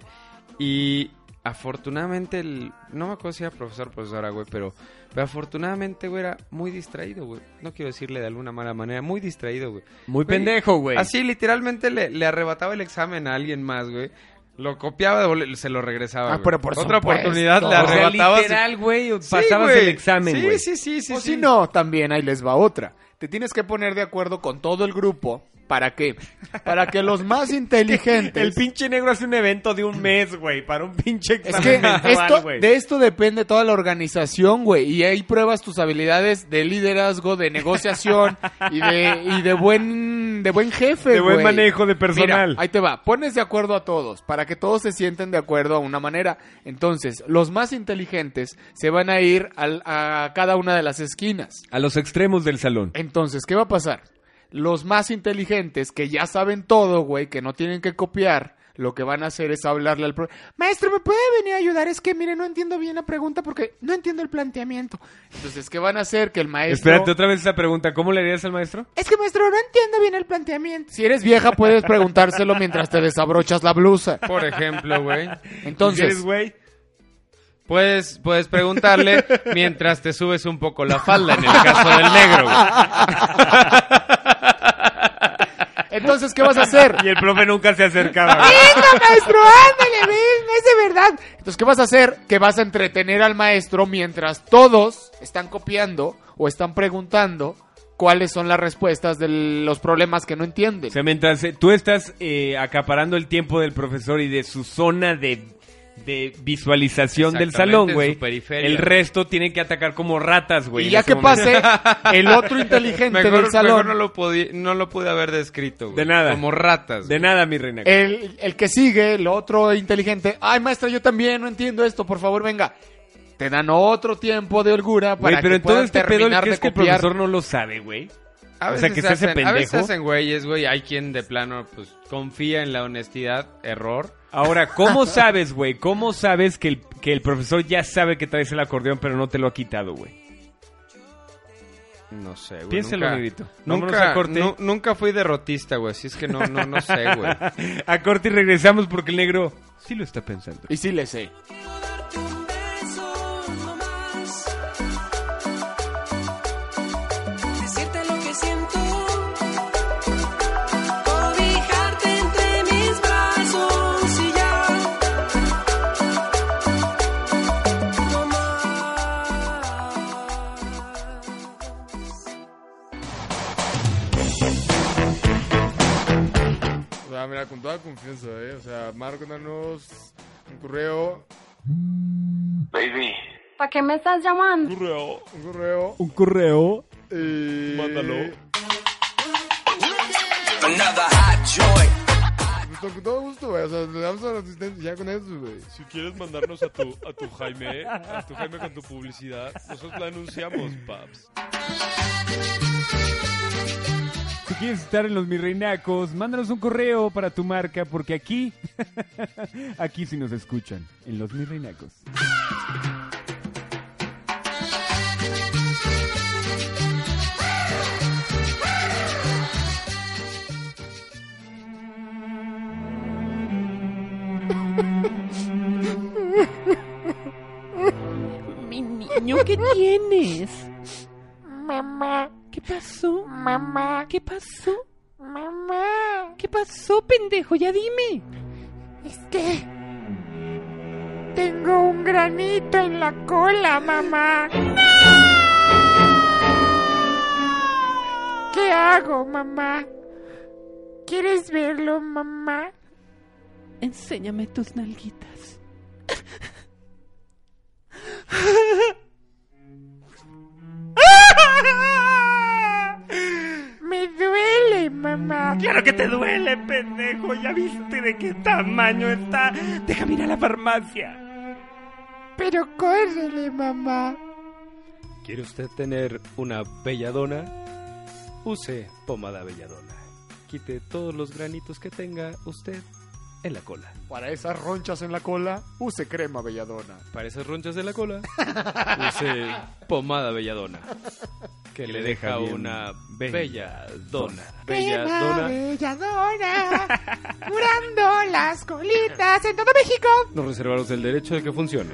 Speaker 3: Y afortunadamente, el, no me acuerdo si era profesor o profesora, güey, pero, pero afortunadamente, güey, era muy distraído, güey. No quiero decirle de alguna mala manera, muy distraído, güey.
Speaker 2: Muy
Speaker 3: Güey,
Speaker 2: pendejo, güey.
Speaker 3: Así literalmente le, le arrebataba el examen a alguien más, güey. Lo copiaba, de vole- se lo regresaba.
Speaker 6: Ah,
Speaker 3: güey.
Speaker 6: pero por
Speaker 3: Otra
Speaker 6: supuesto.
Speaker 3: oportunidad le
Speaker 6: O sea,
Speaker 2: O sea,
Speaker 3: arrebataba. su-
Speaker 2: literal, güey,
Speaker 3: Sí,
Speaker 2: pasabas
Speaker 3: güey.
Speaker 2: el examen,
Speaker 3: Sí,
Speaker 2: güey. Pues
Speaker 3: Sí, sí, sí,
Speaker 6: o
Speaker 3: sí.
Speaker 6: si no, también ahí les va otra. Te tienes que poner de acuerdo con todo el grupo. ¿Para qué? Para que los más inteligentes...
Speaker 2: El pinche negro hace un evento de un mes, güey, para un pinche
Speaker 6: Es
Speaker 2: examen.
Speaker 6: que
Speaker 2: mensual,
Speaker 6: esto,
Speaker 2: güey.
Speaker 6: de esto depende toda la organización, güey. Y ahí pruebas tus habilidades de liderazgo, de negociación y de, y de buen de buen jefe,
Speaker 2: De buen
Speaker 6: güey.
Speaker 2: manejo de personal.
Speaker 6: Mira, ahí te va. Pones de acuerdo a todos para que todos se sienten de acuerdo a una manera. Entonces, los más inteligentes se van a ir al- a cada una de las esquinas.
Speaker 2: A los extremos del salón.
Speaker 6: Entonces, ¿qué va a pasar? Los más inteligentes que ya saben todo, güey, que no tienen que copiar, lo que van a hacer es hablarle al pro-
Speaker 9: Maestro, ¿me puede venir a ayudar? Es que, mire, no entiendo bien la pregunta porque no entiendo el planteamiento.
Speaker 6: Entonces, ¿qué van a hacer? Que el maestro...
Speaker 2: Espérate otra vez esa pregunta. ¿Cómo le harías al maestro?
Speaker 9: Es que, maestro, no entiendo bien el planteamiento.
Speaker 6: Si eres vieja, puedes preguntárselo mientras te desabrochas la blusa.
Speaker 3: Por ejemplo, güey.
Speaker 2: ¿Quieres,
Speaker 6: Entonces,
Speaker 2: güey?
Speaker 3: Puedes, puedes preguntarle mientras te subes un poco la falda en el caso del negro, güey.
Speaker 6: entonces, ¿qué vas a hacer?
Speaker 2: Y el profe nunca se acercaba. güey.
Speaker 9: ¡Venga, maestro! ¡Ándale, ven! ¡Es de verdad!
Speaker 6: Entonces, ¿qué vas a hacer? Que vas a entretener al maestro mientras todos están copiando o están preguntando cuáles son las respuestas de los problemas que no entienden.
Speaker 2: O sea, mientras eh, tú estás eh, acaparando el tiempo del profesor y de su zona de, de visualización del
Speaker 3: Exactamente,
Speaker 2: salón,
Speaker 3: en
Speaker 2: güey,
Speaker 3: su periferia.
Speaker 2: el resto tiene que atacar como ratas, güey.
Speaker 6: y
Speaker 2: en
Speaker 6: ya
Speaker 2: ese
Speaker 6: que
Speaker 2: momento.
Speaker 6: pase, el otro inteligente
Speaker 3: Mejor,
Speaker 6: del salón...
Speaker 3: mejor no, lo podí- no lo pude haber descrito, güey.
Speaker 2: De nada.
Speaker 3: Como ratas.
Speaker 2: De
Speaker 3: güey.
Speaker 2: nada, mi reina.
Speaker 3: eh,
Speaker 6: El, el que sigue, el otro inteligente, ay maestra, yo también no entiendo esto, por favor venga. Te dan otro tiempo de holgura para
Speaker 2: Güey, pero
Speaker 6: que
Speaker 2: en todo
Speaker 6: puedas
Speaker 2: este pedo,
Speaker 6: terminar
Speaker 2: ¿crees
Speaker 6: de
Speaker 2: que el
Speaker 6: copiar.
Speaker 2: profesor no lo sabe, güey?
Speaker 3: A
Speaker 2: O
Speaker 3: veces,
Speaker 2: sea, que se hace
Speaker 3: hacen, a veces
Speaker 2: pendejo.
Speaker 3: hacen güeyes, güey. Hay quien de plano, pues, confía en la honestidad. Error.
Speaker 2: Ahora, ¿cómo sabes, güey? ¿Cómo sabes que el, que el profesor ya sabe que traes el acordeón, pero no te lo ha quitado, güey?
Speaker 3: No sé, güey.
Speaker 2: Piénselo,
Speaker 3: nunca-
Speaker 2: amiguito. Vámonos
Speaker 3: Nunca,
Speaker 2: a corte.
Speaker 3: nu- nunca fui derrotista, güey. Así es que no, no, no sé, güey.
Speaker 2: A corte y regresamos porque el negro sí lo está pensando.
Speaker 6: Y sí le sé.
Speaker 4: Decirte lo que siento, cobijarte entre mis brazos y ya. No más.
Speaker 11: O sea, mira, con toda confianza, ¿eh? O sea, márcanos un correo,
Speaker 7: Baby,
Speaker 12: ¿Para qué me estás llamando?
Speaker 11: un correo
Speaker 6: Un correo.
Speaker 11: y... Mándalo. Pues, con todo gusto, güey. O sea, le damos a los asistentes ya con eso, güey.
Speaker 13: Si quieres mandarnos a tu, a tu Jaime, a tu Jaime con tu publicidad, nosotros la anunciamos, paps.
Speaker 2: Si quieres estar en los mirreinacos, mándanos un correo para tu marca porque aquí, aquí sí nos escuchan, en los mirreinacos.
Speaker 14: Mi niño, ¿qué tienes?
Speaker 1: Mamá,
Speaker 14: ¿Qué pasó?
Speaker 1: mamá,
Speaker 14: ¿Qué pasó?
Speaker 1: mamá.
Speaker 14: ¿Qué pasó, pendejo? Ya dime.
Speaker 1: Es que Este, tengo un granito en la cola, mamá. ¿Qué hago, mamá? ¿Quieres verlo, mamá?
Speaker 14: Enséñame tus nalguitas.
Speaker 1: Me duele, mamá.
Speaker 15: Claro que te duele, pendejo. Ya viste de qué tamaño está. Déjame ir a la farmacia.
Speaker 1: Pero córrele, mamá.
Speaker 16: ¿Quiere usted tener una belladona? Use pomada belladona. Quite todos los granitos que tenga usted en la cola.
Speaker 6: Para esas ronchas en la cola, use crema belladona.
Speaker 3: Para esas ronchas de la cola.
Speaker 6: Use
Speaker 3: Pomada belladona.
Speaker 6: Que
Speaker 3: Que
Speaker 6: le
Speaker 3: le deja
Speaker 6: deja bien
Speaker 3: una
Speaker 6: bella
Speaker 3: bella dona.
Speaker 1: Crema belladona. Curando las colitas en todo México.
Speaker 3: Nos reservamos el derecho de que funcione.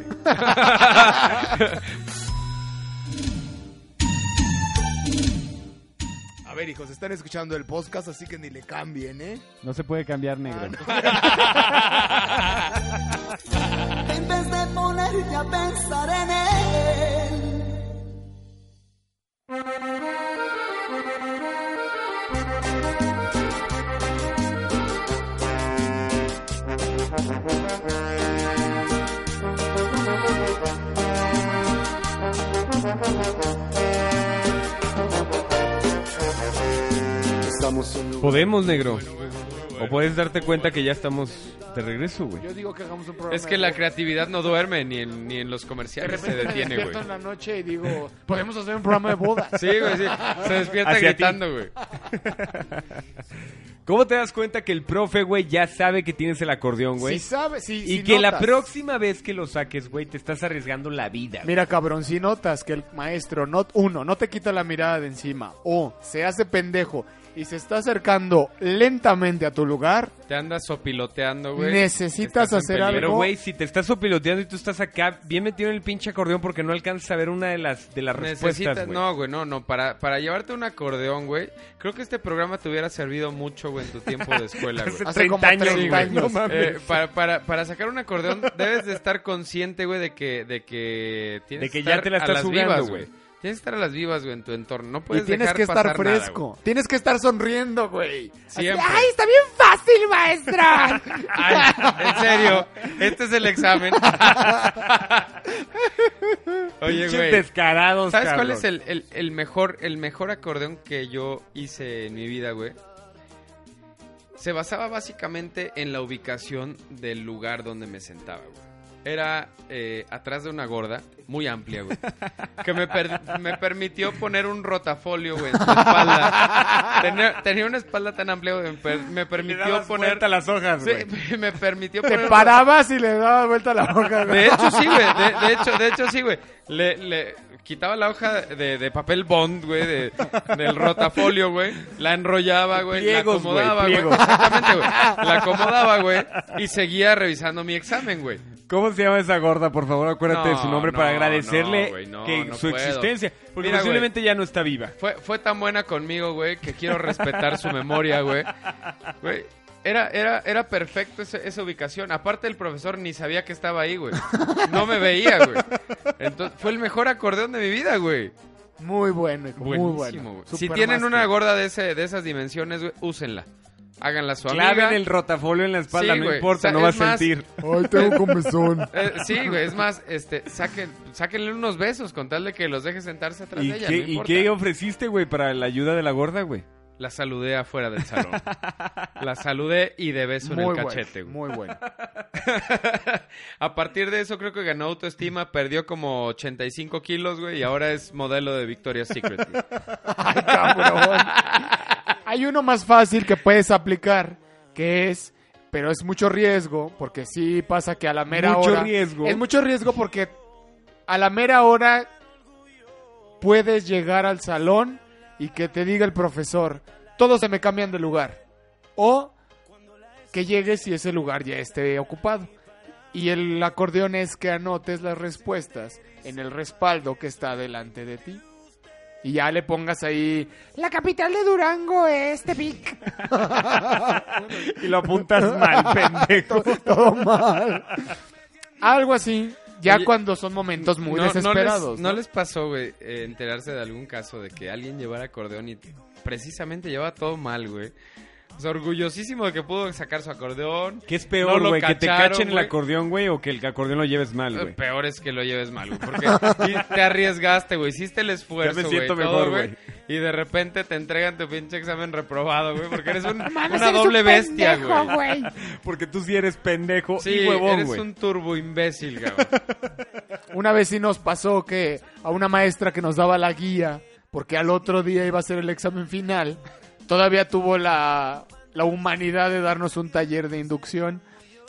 Speaker 11: A ver, hijos, están escuchando el podcast, así que ni le cambien, ¿eh?
Speaker 2: No se puede cambiar, negro.
Speaker 4: En vez de ponerte a pensar en él.
Speaker 6: Estamos en lugar.
Speaker 2: Podemos, negro. O puedes darte cuenta que ya estamos de regreso, güey.
Speaker 6: Yo digo que hagamos un programa.
Speaker 3: Es que
Speaker 6: de-
Speaker 3: la creatividad no duerme ni en, ni en los
Speaker 6: De
Speaker 3: comerciales se
Speaker 6: repente me
Speaker 3: detiene,
Speaker 6: despierto
Speaker 3: güey.
Speaker 6: en la noche y digo, podemos hacer un programa de bodas.
Speaker 3: Sí, güey, sí. Se despierta
Speaker 2: Hacia ti.
Speaker 3: gritando, güey.
Speaker 2: ¿Cómo te das cuenta que el profe, güey, ya sabe que tienes el acordeón, güey?
Speaker 6: Sí sabe, sí-
Speaker 2: Y
Speaker 6: sí
Speaker 2: que la
Speaker 6: notas.
Speaker 2: próxima vez que lo saques, güey, te estás arriesgando la vida. güey.
Speaker 6: Mira, cabrón, si notas que el maestro, no, uno, no te quita la mirada de encima, o se hace pendejo y se está acercando lentamente a tu lugar,
Speaker 3: Te andas sopiloteando, güey.
Speaker 6: Necesitas
Speaker 3: Estás en
Speaker 6: hacer
Speaker 3: peligro.
Speaker 6: algo.
Speaker 2: Pero, güey, si te estás sopiloteando y tú estás acá bien metido en el pinche acordeón porque no alcanzas a ver una de las, de las respuestas,
Speaker 3: Necesitas,
Speaker 2: güey.
Speaker 3: no, güey, no, no, para, para llevarte un acordeón, güey, creo que este programa te hubiera servido mucho, güey, en tu tiempo de escuela, güey.
Speaker 2: Hace Hace 30 como años, 30 güey. años.
Speaker 3: Eh,
Speaker 2: No mames.
Speaker 3: para, para, para sacar un acordeón debes de estar consciente, güey, de que, de que tienes
Speaker 2: De que ya
Speaker 3: estar
Speaker 2: te la
Speaker 3: a
Speaker 2: estás
Speaker 3: las
Speaker 2: jugando,
Speaker 3: vivas,
Speaker 2: güey.
Speaker 3: Tienes que estar a las vivas, güey, en tu entorno. No
Speaker 6: y
Speaker 3: puedes
Speaker 6: tienes
Speaker 3: dejar
Speaker 6: que estar
Speaker 3: pasar nada,
Speaker 6: fresco, tienes que estar sonriendo, güey.
Speaker 3: güey. Siempre.
Speaker 1: ¡Ay, está bien fácil, maestra!
Speaker 3: Ay, en serio, este es el examen. Oye,
Speaker 2: Pinches
Speaker 3: güey.
Speaker 2: descarados,
Speaker 3: ¿Sabes
Speaker 2: cabrón.
Speaker 3: cuál es el, el- el mejor, el mejor acordeón que yo hice en mi vida, güey? Se basaba básicamente en la ubicación del lugar donde me sentaba, güey. era eh, atrás de una gorda, muy amplia, güey. Que me, per- me permitió poner un rotafolio, güey, en su espalda. Tenía, tenía una espalda tan amplia, güey, me per- me permitió
Speaker 2: dabas
Speaker 3: poner.
Speaker 2: vuelta a las hojas,
Speaker 3: Sí,
Speaker 2: güey.
Speaker 3: me permitió
Speaker 6: Te
Speaker 3: poner.
Speaker 6: parabas y le dabas vuelta la boca.
Speaker 3: De hecho, sí, güey. De, de hecho, de hecho, sí, güey. Le, le quitaba la hoja de, de papel bond, güey, de- del rotafolio, güey. La enrollaba, güey. La
Speaker 2: Pliegos, güey,
Speaker 3: acomodaba, güey.
Speaker 2: pliegos.
Speaker 3: Exactamente, güey. La acomodaba, güey. Y seguía revisando mi examen, güey.
Speaker 2: ¿Cómo se llama esa gorda? Por favor, acuérdate de su
Speaker 3: No,
Speaker 2: nombre para
Speaker 3: no,
Speaker 2: agradecerle
Speaker 3: no, güey, no,
Speaker 2: que
Speaker 3: no
Speaker 2: su
Speaker 3: puedo.
Speaker 2: existencia. Porque
Speaker 3: Mira, güey.
Speaker 2: posiblemente ya no está viva.
Speaker 3: Fue, fue tan buena conmigo, güey, que quiero respetar su memoria, güey. Güey, era, era, era perfecto ese- esa ubicación. Aparte, el profesor ni sabía que estaba ahí, güey. No me veía, güey. Entonces, fue el mejor acordeón de mi vida, güey.
Speaker 6: Muy bueno, hijo, muy
Speaker 3: Buenísimo,
Speaker 6: bueno.
Speaker 3: güey. Si
Speaker 6: Supermaster.
Speaker 3: tienen una gorda de, ese, de esas dimensiones, güey, úsenla. Háganla su amiga.
Speaker 2: Claven el rotafolio en la espalda,
Speaker 3: Sí,
Speaker 2: no
Speaker 3: güey.
Speaker 2: importa,
Speaker 3: O sea,
Speaker 2: no va a
Speaker 3: es más-
Speaker 2: sentir.
Speaker 6: Ay, tengo comezón.
Speaker 3: Eh, sí, güey, es más, este, saquen, sáquenle unos besos con tal de que los deje sentarse atrás
Speaker 2: ¿Y,
Speaker 3: de ella.
Speaker 2: qué,
Speaker 3: no
Speaker 2: y
Speaker 3: importa.
Speaker 2: qué ofreciste, güey, para la ayuda de la gorda, güey?
Speaker 3: La saludé afuera del salón. La saludé y de beso en
Speaker 6: Muy
Speaker 3: el
Speaker 6: bueno,
Speaker 3: cachete, güey.
Speaker 6: muy bueno.
Speaker 3: A partir de eso creo que ganó autoestima, perdió como 85 kilos, güey, y ahora es modelo de Victoria's Secret. güey.
Speaker 6: Ay, cabrón. Hay uno más fácil que puedes aplicar, que es, pero es mucho riesgo, porque sí pasa que a la mera
Speaker 2: Mucho
Speaker 6: hora...
Speaker 2: riesgo.
Speaker 6: Es mucho riesgo porque a la mera hora puedes llegar al salón y que te diga el profesor, todos se me cambian de lugar. O que llegues y ese lugar ya esté ocupado. Y el acordeón es que anotes las respuestas en el respaldo que está delante de ti. Y ya le pongas ahí
Speaker 9: La capital de Durango es Tepic.
Speaker 2: Y lo apuntas mal, pendejo.
Speaker 6: todo, todo mal. Algo así. Ya
Speaker 3: Oye,
Speaker 6: cuando son momentos muy
Speaker 3: No- no les-
Speaker 6: desesperados.
Speaker 3: No les, pasó, güey, eh, enterarse de algún caso de que alguien llevara acordeón y precisamente llevaba todo mal, güey? O sea, orgullosísimo de que pudo sacar su acordeón.
Speaker 2: ¿Qué es
Speaker 3: No
Speaker 2: peor,
Speaker 3: lo
Speaker 2: güey? ¿Que te
Speaker 3: cacharon,
Speaker 2: cachen el
Speaker 3: güey.
Speaker 2: acordeón, güey, o que el acordeón lo lleves mal,
Speaker 3: Eh,
Speaker 2: güey?
Speaker 3: Peor es que lo lleves mal, güey, porque sí te arriesgaste, güey, hiciste el esfuerzo,
Speaker 2: Ya me siento
Speaker 3: güey, todo,
Speaker 2: mejor,
Speaker 3: güey,
Speaker 2: güey.
Speaker 3: Y de repente te entregan tu pinche examen reprobado, güey, porque eres un-
Speaker 2: Mames, eres
Speaker 3: una
Speaker 2: un
Speaker 3: doble bestia,
Speaker 2: pendejo,
Speaker 3: güey.
Speaker 2: güey. Porque tú sí eres pendejo
Speaker 3: Sí,
Speaker 2: y huevón,
Speaker 3: eres
Speaker 2: güey.
Speaker 3: un turbo imbécil, cabrón.
Speaker 6: Una vez sí nos pasó que a una maestra que nos daba la guía, porque al otro día iba a ser el examen final, todavía tuvo la, la humanidad de darnos un taller de inducción.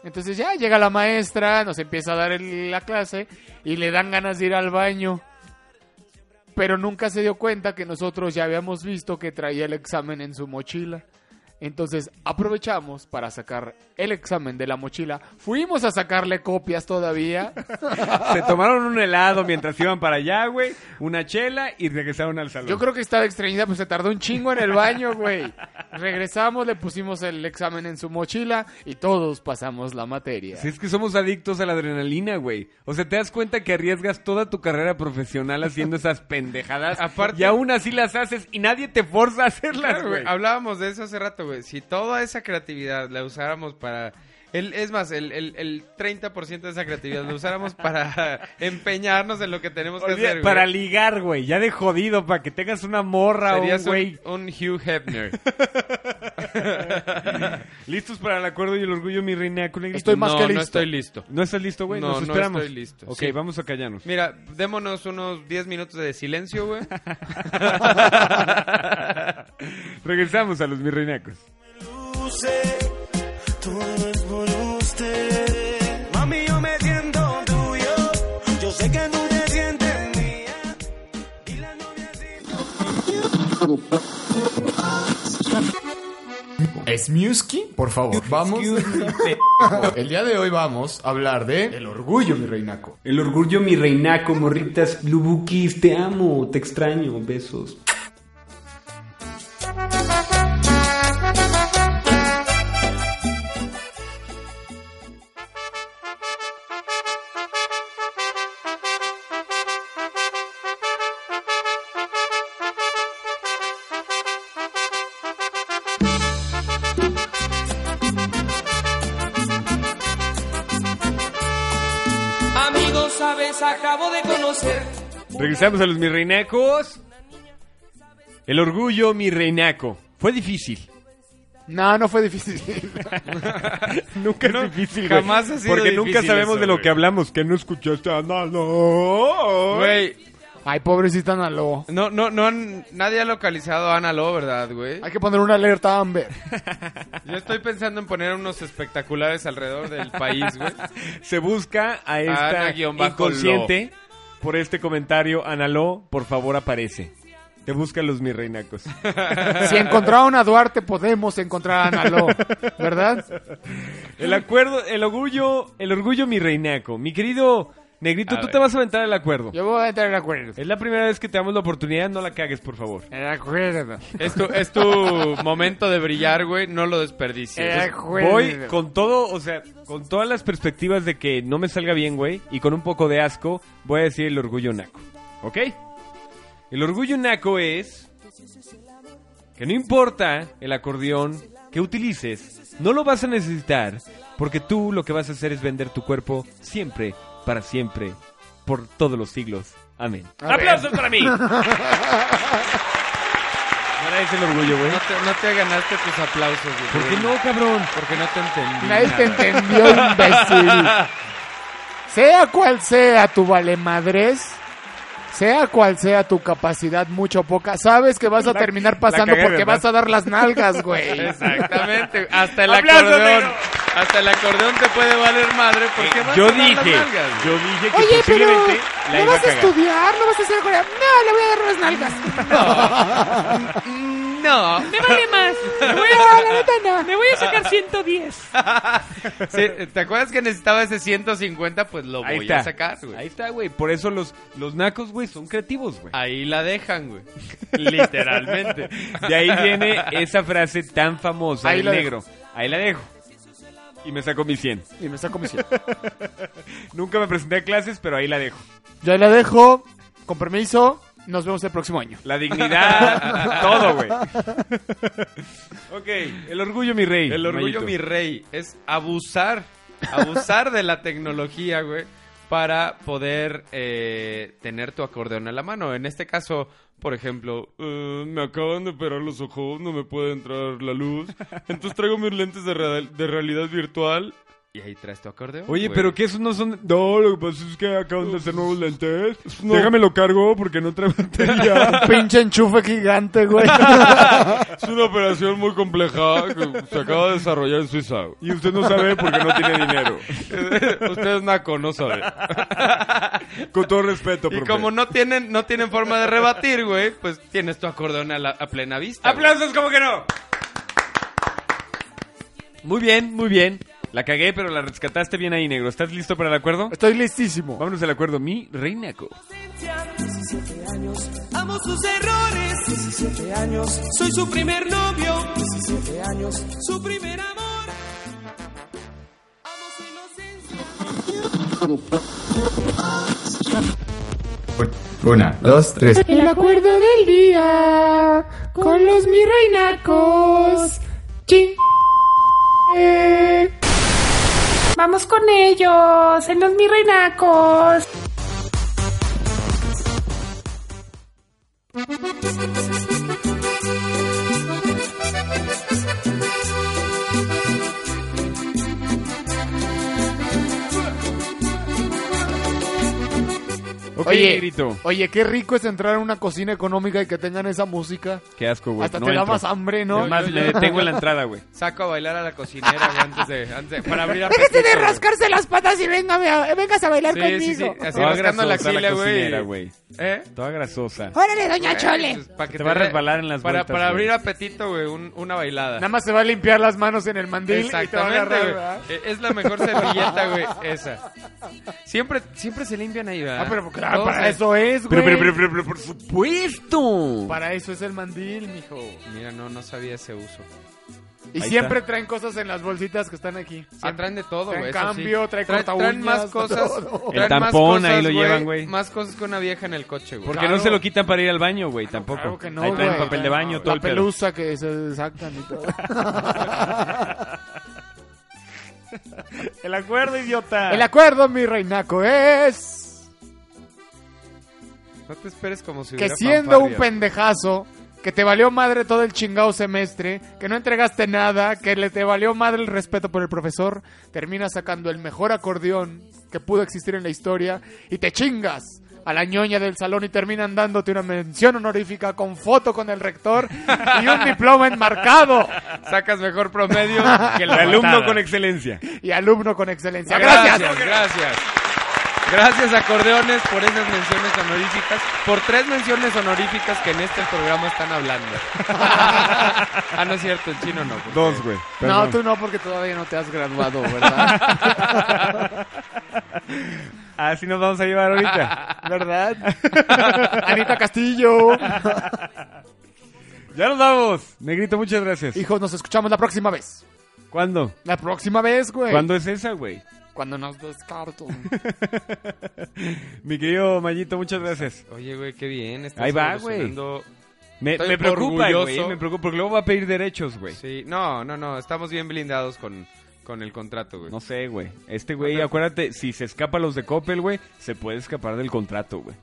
Speaker 6: Entonces ya llega la maestra, nos empieza a dar el- la clase y le dan ganas de ir al baño. Pero nunca se dio cuenta que nosotros ya habíamos visto que traía el examen en su mochila. Entonces aprovechamos para sacar el examen de la mochila. Fuimos a sacarle copias todavía.
Speaker 2: Se tomaron un helado mientras iban para allá, güey, una chela y regresaron al salón.
Speaker 6: Yo creo que estaba extrañada, pues se tardó un chingo en el baño, güey. Regresamos, le pusimos el examen en su mochila y todos pasamos la materia.
Speaker 2: Si es que somos adictos a la adrenalina, güey. O sea, te das cuenta que arriesgas toda tu carrera profesional haciendo esas pendejadas. Aparte, y aún así las haces y nadie te forza a hacerlas,
Speaker 3: Claro,
Speaker 2: güey.
Speaker 3: güey. Hablábamos de eso hace rato, güey. Si toda esa creatividad la usáramos para... El, es más, el, el, el 30% de esa creatividad la usáramos para empeñarnos en lo que tenemos que
Speaker 2: Olvida-
Speaker 3: hacer, güey.
Speaker 2: para ligar, güey. Ya de jodido, para que tengas una morra o un
Speaker 3: Serías un-
Speaker 2: güey.
Speaker 3: un Hugh Hefner.
Speaker 2: ¿Listos para el acuerdo y el orgullo, mi reina? Con el-
Speaker 3: Estoy más No, que no listo. estoy listo.
Speaker 2: ¿No estás listo, güey?
Speaker 3: No,
Speaker 2: Nos
Speaker 3: no
Speaker 2: esperamos.
Speaker 3: estoy listo.
Speaker 2: Ok,
Speaker 3: Sí.
Speaker 2: vamos a callarnos.
Speaker 3: Mira, démonos unos 10 minutos de silencio, güey.
Speaker 2: Regresamos a los mis reinacos.
Speaker 7: Todo es por usted. Mami, yo me siento tuyo. Yo sé que tú te sientes mía.
Speaker 6: ¿Es Musky? Por favor, vamos. El día de hoy vamos a hablar de el orgullo, mi reinaco.
Speaker 17: El orgullo, mi reinaco, morritas, lubukis, te amo, te extraño, besos.
Speaker 18: Amigo, sabes, acabo de conocer.
Speaker 2: Regresamos a los mis reinacos. El orgullo, mi reinaco. Fue difícil.
Speaker 6: No, no fue difícil.
Speaker 2: Nunca
Speaker 6: No,
Speaker 2: es difícil, güey.
Speaker 6: jamás ha sido
Speaker 2: Porque nunca
Speaker 6: difícil
Speaker 2: sabemos
Speaker 6: eso,
Speaker 2: de lo
Speaker 6: güey.
Speaker 2: que hablamos. Que no escuchaste a Nalo.
Speaker 3: Güey.
Speaker 6: Ay, pobrecita Nalo.
Speaker 3: No, no, no, han- nadie ha localizado a Ana Lo, ¿verdad, güey?
Speaker 6: Hay que poner una alerta Amber.
Speaker 3: Yo estoy pensando en poner unos espectaculares alrededor del país, güey.
Speaker 2: Se busca a esta
Speaker 3: Ana guión bajo
Speaker 2: inconsciente por este comentario. Analó, por favor, aparece. Te buscan los mis reinacos.
Speaker 6: Si encontraron a Duarte, podemos encontrar a Nalo. ¿Verdad?
Speaker 2: El acuerdo, el orgullo, el orgullo mi reinaco. Mi querido Negrito,
Speaker 6: A
Speaker 2: tú
Speaker 6: ver.
Speaker 2: te vas a aventar el acuerdo.
Speaker 6: Yo voy a entrar el acuerdo.
Speaker 2: Es la primera vez que te damos la oportunidad, no la cagues, por favor.
Speaker 6: El acuerdo.
Speaker 3: Es tu, es tu momento de brillar, güey. No lo desperdicies.
Speaker 6: pues,
Speaker 2: Voy con todo, o sea, con todas las perspectivas de que no me salga bien, güey, y con un poco de asco, voy a decir el orgullo naco. ¿Ok? El orgullo naco es que no importa el acordeón que utilices, no lo vas a necesitar, porque tú lo que vas a hacer es vender tu cuerpo siempre, para siempre, por todos los siglos. Amén.
Speaker 19: ¡Aplausos para mí!
Speaker 2: Ahora es el orgullo, güey.
Speaker 3: No te, no te ganaste tus aplausos, güey.
Speaker 2: ¿Por qué no, cabrón?
Speaker 3: Porque no te entendí.
Speaker 6: Nadie te
Speaker 3: nada.
Speaker 6: entendió, imbécil. Sea cual sea tu valemadres, sea cual sea tu capacidad, mucho o poca, sabes que vas a
Speaker 3: La-
Speaker 6: terminar
Speaker 3: la
Speaker 6: pasando
Speaker 3: cagué,
Speaker 6: porque
Speaker 3: ¿verdad?
Speaker 6: vas a dar las nalgas, güey.
Speaker 3: Exactamente. Hasta el
Speaker 6: ¡Aplausos,
Speaker 3: acordeón.
Speaker 6: negro!
Speaker 3: Hasta el acordeón te puede valer madre porque vas
Speaker 2: Eh, Yo
Speaker 3: a dar las
Speaker 2: dije,
Speaker 3: nalgas, güey.
Speaker 2: yo dije que
Speaker 9: Oye, pero
Speaker 2: posiblemente la
Speaker 9: ¿no
Speaker 2: iba a
Speaker 9: vas a
Speaker 2: cagar.
Speaker 9: estudiar? ¿No vas a hacer corea? No, le voy a dar unas nalgas.
Speaker 3: Mm, No.
Speaker 8: Me vale más. Me voy
Speaker 9: No,
Speaker 8: a,
Speaker 9: la neta no.
Speaker 8: me voy a sacar 110.
Speaker 3: Sí, ¿Te acuerdas que necesitaba ese 150? Pues lo
Speaker 2: Ahí
Speaker 3: voy
Speaker 2: está.
Speaker 3: a sacar, güey.
Speaker 2: Ahí está, güey. Por eso los, los nacos, güey, son creativos, güey.
Speaker 3: Ahí la dejan, güey. Literalmente.
Speaker 2: De ahí viene esa frase tan famosa
Speaker 3: Ahí
Speaker 2: del
Speaker 3: la
Speaker 2: negro. Ahí la dejo. Y me saco mi 100.
Speaker 6: Y me saco mi 100.
Speaker 2: Nunca me presenté a clases, pero ahí la dejo.
Speaker 6: Ya la dejo, con permiso, nos vemos el próximo año.
Speaker 2: La dignidad, todo, güey. ok, el orgullo, mi rey.
Speaker 3: El
Speaker 2: Mayito.
Speaker 3: orgullo, mi rey, es abusar, abusar de la tecnología, güey, para poder eh, tener tu acordeón a la mano. En este caso, por ejemplo,
Speaker 20: Eh, me acaban de operar los ojos, no me puede entrar la luz. Entonces traigo mis lentes de, real- de realidad virtual.
Speaker 3: y ahí traes tu acordeón.
Speaker 2: Oye,
Speaker 3: güey.
Speaker 2: pero que esos no son. No, lo que pasa es que acaban de hacer nuevos lentes.
Speaker 20: No.
Speaker 2: Déjame lo cargo porque no trae batería.
Speaker 6: Un pinche enchufe gigante, güey.
Speaker 20: Es una operación muy compleja que se acaba de desarrollar en Suiza. güey.
Speaker 2: Y usted no sabe porque no tiene dinero.
Speaker 3: Usted es naco, no sabe.
Speaker 2: Con todo respeto,
Speaker 3: Y
Speaker 2: profe.
Speaker 3: como no tienen, no tienen forma de rebatir, güey, pues tienes tu acordeón a, la, a plena vista. güey.
Speaker 2: ¡Aplausos, como que no! Muy bien, muy bien. La cagué, pero la rescataste bien ahí, negro. ¿Estás listo para el acuerdo?
Speaker 6: Estoy listísimo.
Speaker 2: Vámonos al acuerdo, mi reinaco.
Speaker 18: 17 años, amo sus errores. 17 años, soy su primer novio. 17 años, su primer amor.
Speaker 21: Una, dos, tres.
Speaker 1: El acuerdo del día con los mi reinacos. Ching. Eh.
Speaker 9: Vamos con ellos, en los mi reinacos.
Speaker 6: oye,
Speaker 2: negrito.
Speaker 6: oye, qué rico es entrar a una cocina económica y que tengan esa música.
Speaker 2: Qué asco, güey.
Speaker 6: Hasta
Speaker 2: Pues No
Speaker 6: te da
Speaker 2: entro.
Speaker 6: más hambre, ¿no?
Speaker 2: Es más, me detengo en la entrada, güey.
Speaker 3: Saco a bailar a la cocinera güey, antes, de, antes de- para abrir a
Speaker 9: Este de rascarse las patas y véngame a- vengas a bailar conmigo.
Speaker 3: Sí, sí, así
Speaker 2: Toda
Speaker 3: rascando la
Speaker 2: grasosa
Speaker 3: axila,
Speaker 2: cocinera,
Speaker 3: güey. ¿Eh?
Speaker 2: Toda grasosa.
Speaker 9: Órale, doña Chole.
Speaker 3: Pues, pa' que
Speaker 2: Te va a
Speaker 3: dé-
Speaker 2: resbalar en las
Speaker 3: para,
Speaker 2: vueltas,
Speaker 3: Para
Speaker 2: güey.
Speaker 3: abrir apetito, güey, un- una bailada.
Speaker 6: Nada más se va a limpiar las manos en el mandil y te va a
Speaker 3: Exactamente,
Speaker 6: agarrar,
Speaker 3: güey.
Speaker 6: ¿verdad?
Speaker 3: Eh, Es la mejor servilleta, güey, esa. Siempre, siempre se limpian ahí, ¿verdad?
Speaker 6: Ah, pero claro,
Speaker 3: Todos
Speaker 6: para
Speaker 3: se-
Speaker 6: eso es, güey.
Speaker 2: Pero, pero, pero, pero, pero, por supuesto.
Speaker 6: Para eso es el mandil, mijo.
Speaker 3: Mira, no, no sabía ese uso.
Speaker 6: Y siempre traen cosas en las bolsitas que están aquí. Siempre.
Speaker 3: Ah, traen de todo,
Speaker 6: Traen
Speaker 3: güey. eso sí.
Speaker 6: cambio, traen
Speaker 3: Traen-
Speaker 6: corta
Speaker 3: traen más
Speaker 6: uñas,
Speaker 3: cosas.
Speaker 6: todo.
Speaker 3: traen más
Speaker 2: tampón, ahí
Speaker 3: cosas,
Speaker 2: lo llevan, güey.
Speaker 3: Más cosas que una vieja en el coche, güey.
Speaker 2: Porque no se lo quitan para ir al baño, güey, tampoco.
Speaker 6: Claro que no,
Speaker 2: Ahí traen
Speaker 6: güey.
Speaker 2: papel de baño, todo
Speaker 6: La
Speaker 2: el pedo.
Speaker 6: pelusa que se sacan y todo.
Speaker 2: El acuerdo, idiota.
Speaker 6: el acuerdo, mi reinaco, es
Speaker 3: No te esperes como si
Speaker 6: que
Speaker 3: hubiera
Speaker 6: siendo un
Speaker 3: fanfarria.
Speaker 6: pendejazo que te valió madre todo el chingado semestre, que no entregaste nada, que le te valió madre el respeto por el profesor, terminas sacando el mejor acordeón que pudo existir en la historia y te chingas a la ñoña del salón y terminan dándote una mención honorífica con foto con el rector y un diploma enmarcado.
Speaker 3: Sacas mejor promedio que la
Speaker 2: El alumno
Speaker 3: matada.
Speaker 2: con excelencia.
Speaker 6: Y alumno con excelencia.
Speaker 3: Gracias,
Speaker 6: Gracias.
Speaker 3: gracias. Gracias acordeones por esas menciones honoríficas, por tres menciones honoríficas que en este programa están hablando. ah, no es cierto, en chino no. pues. porque-
Speaker 2: Dos, güey.
Speaker 6: No,
Speaker 2: Perdón.
Speaker 6: tú no, porque todavía no te has graduado, ¿verdad?
Speaker 2: Así nos vamos a llevar ahorita.
Speaker 6: ¿Verdad? Anita Castillo.
Speaker 2: Ya nos vamos. Negrito, muchas gracias.
Speaker 6: Hijos, nos escuchamos la próxima vez.
Speaker 2: ¿Cuándo?
Speaker 6: La próxima vez, güey.
Speaker 2: ¿Cuándo es esa, güey?
Speaker 6: Cuando nos descarto.
Speaker 2: Mi querido Mayito, muchas gracias.
Speaker 3: Oye, güey, qué bien. estás
Speaker 2: Ahí va, güey.
Speaker 3: evolucionando.
Speaker 2: Me,
Speaker 3: Estoy
Speaker 2: me preocupa, güey.
Speaker 3: orgulloso.
Speaker 2: Me preocupa porque luego va a pedir derechos, güey.
Speaker 3: Sí, no, no, no, estamos bien blindados con, con el contrato, güey.
Speaker 2: No sé, güey. Este güey, acuérdate, si se escapa los de Coppel, güey, se puede escapar del contrato, güey.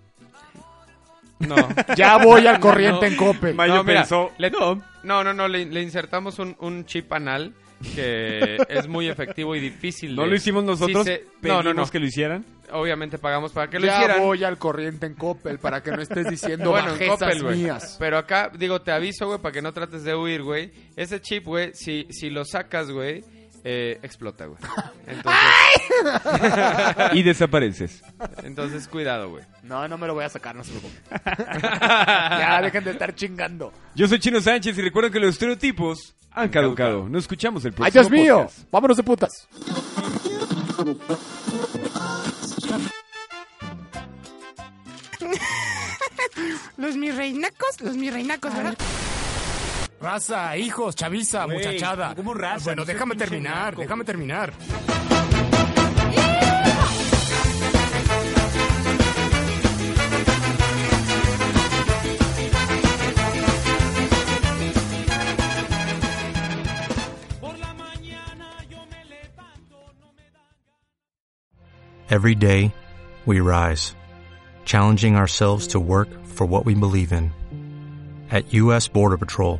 Speaker 3: No.
Speaker 6: Ya voy al corriente en Coppel.
Speaker 3: No,
Speaker 2: Mayo
Speaker 3: mira,
Speaker 2: pensó,
Speaker 3: le-
Speaker 2: no.
Speaker 3: No, no, no, le, le insertamos un, un chip anal que es muy efectivo y difícil.
Speaker 2: No
Speaker 3: de-
Speaker 2: lo hicimos nosotros,
Speaker 3: Sí se-
Speaker 2: pedimos que lo hicieran.
Speaker 3: Obviamente pagamos para que lo
Speaker 6: ya
Speaker 3: hicieran.
Speaker 6: voy al corriente en Coppel para que no estés diciendo
Speaker 3: Bueno, en
Speaker 6: bajezas
Speaker 3: Coppel, güey.
Speaker 6: mías.
Speaker 3: Pero acá, digo, te aviso, güey, para que no trates de huir, güey. Ese chip, güey, si, si lo sacas, güey, eh, explota, güey. Entonces...
Speaker 2: Y desapareces.
Speaker 3: Entonces, cuidado, güey.
Speaker 6: No, no me lo voy a sacar, no se preocupen. ya, dejen de estar chingando.
Speaker 2: Yo soy Chino Sánchez y recuerden que los estereotipos han caducado. Nos escuchamos el próximo
Speaker 6: ¡Ay, Dios mío!
Speaker 2: podcast.
Speaker 6: ¡Vámonos de putas!
Speaker 9: Los mis reinacos, los mis reinacos, ¿verdad?
Speaker 22: Raza, hijos, chaviza,
Speaker 9: Güey,
Speaker 22: muchachada.
Speaker 9: ¿cómo raza?
Speaker 22: Bueno,
Speaker 9: No seas
Speaker 22: déjame
Speaker 9: pinche
Speaker 22: terminar,
Speaker 9: naco,
Speaker 22: déjame terminar.
Speaker 23: Every day, we rise, challenging ourselves to work for what we believe in. At U.S. Border Patrol,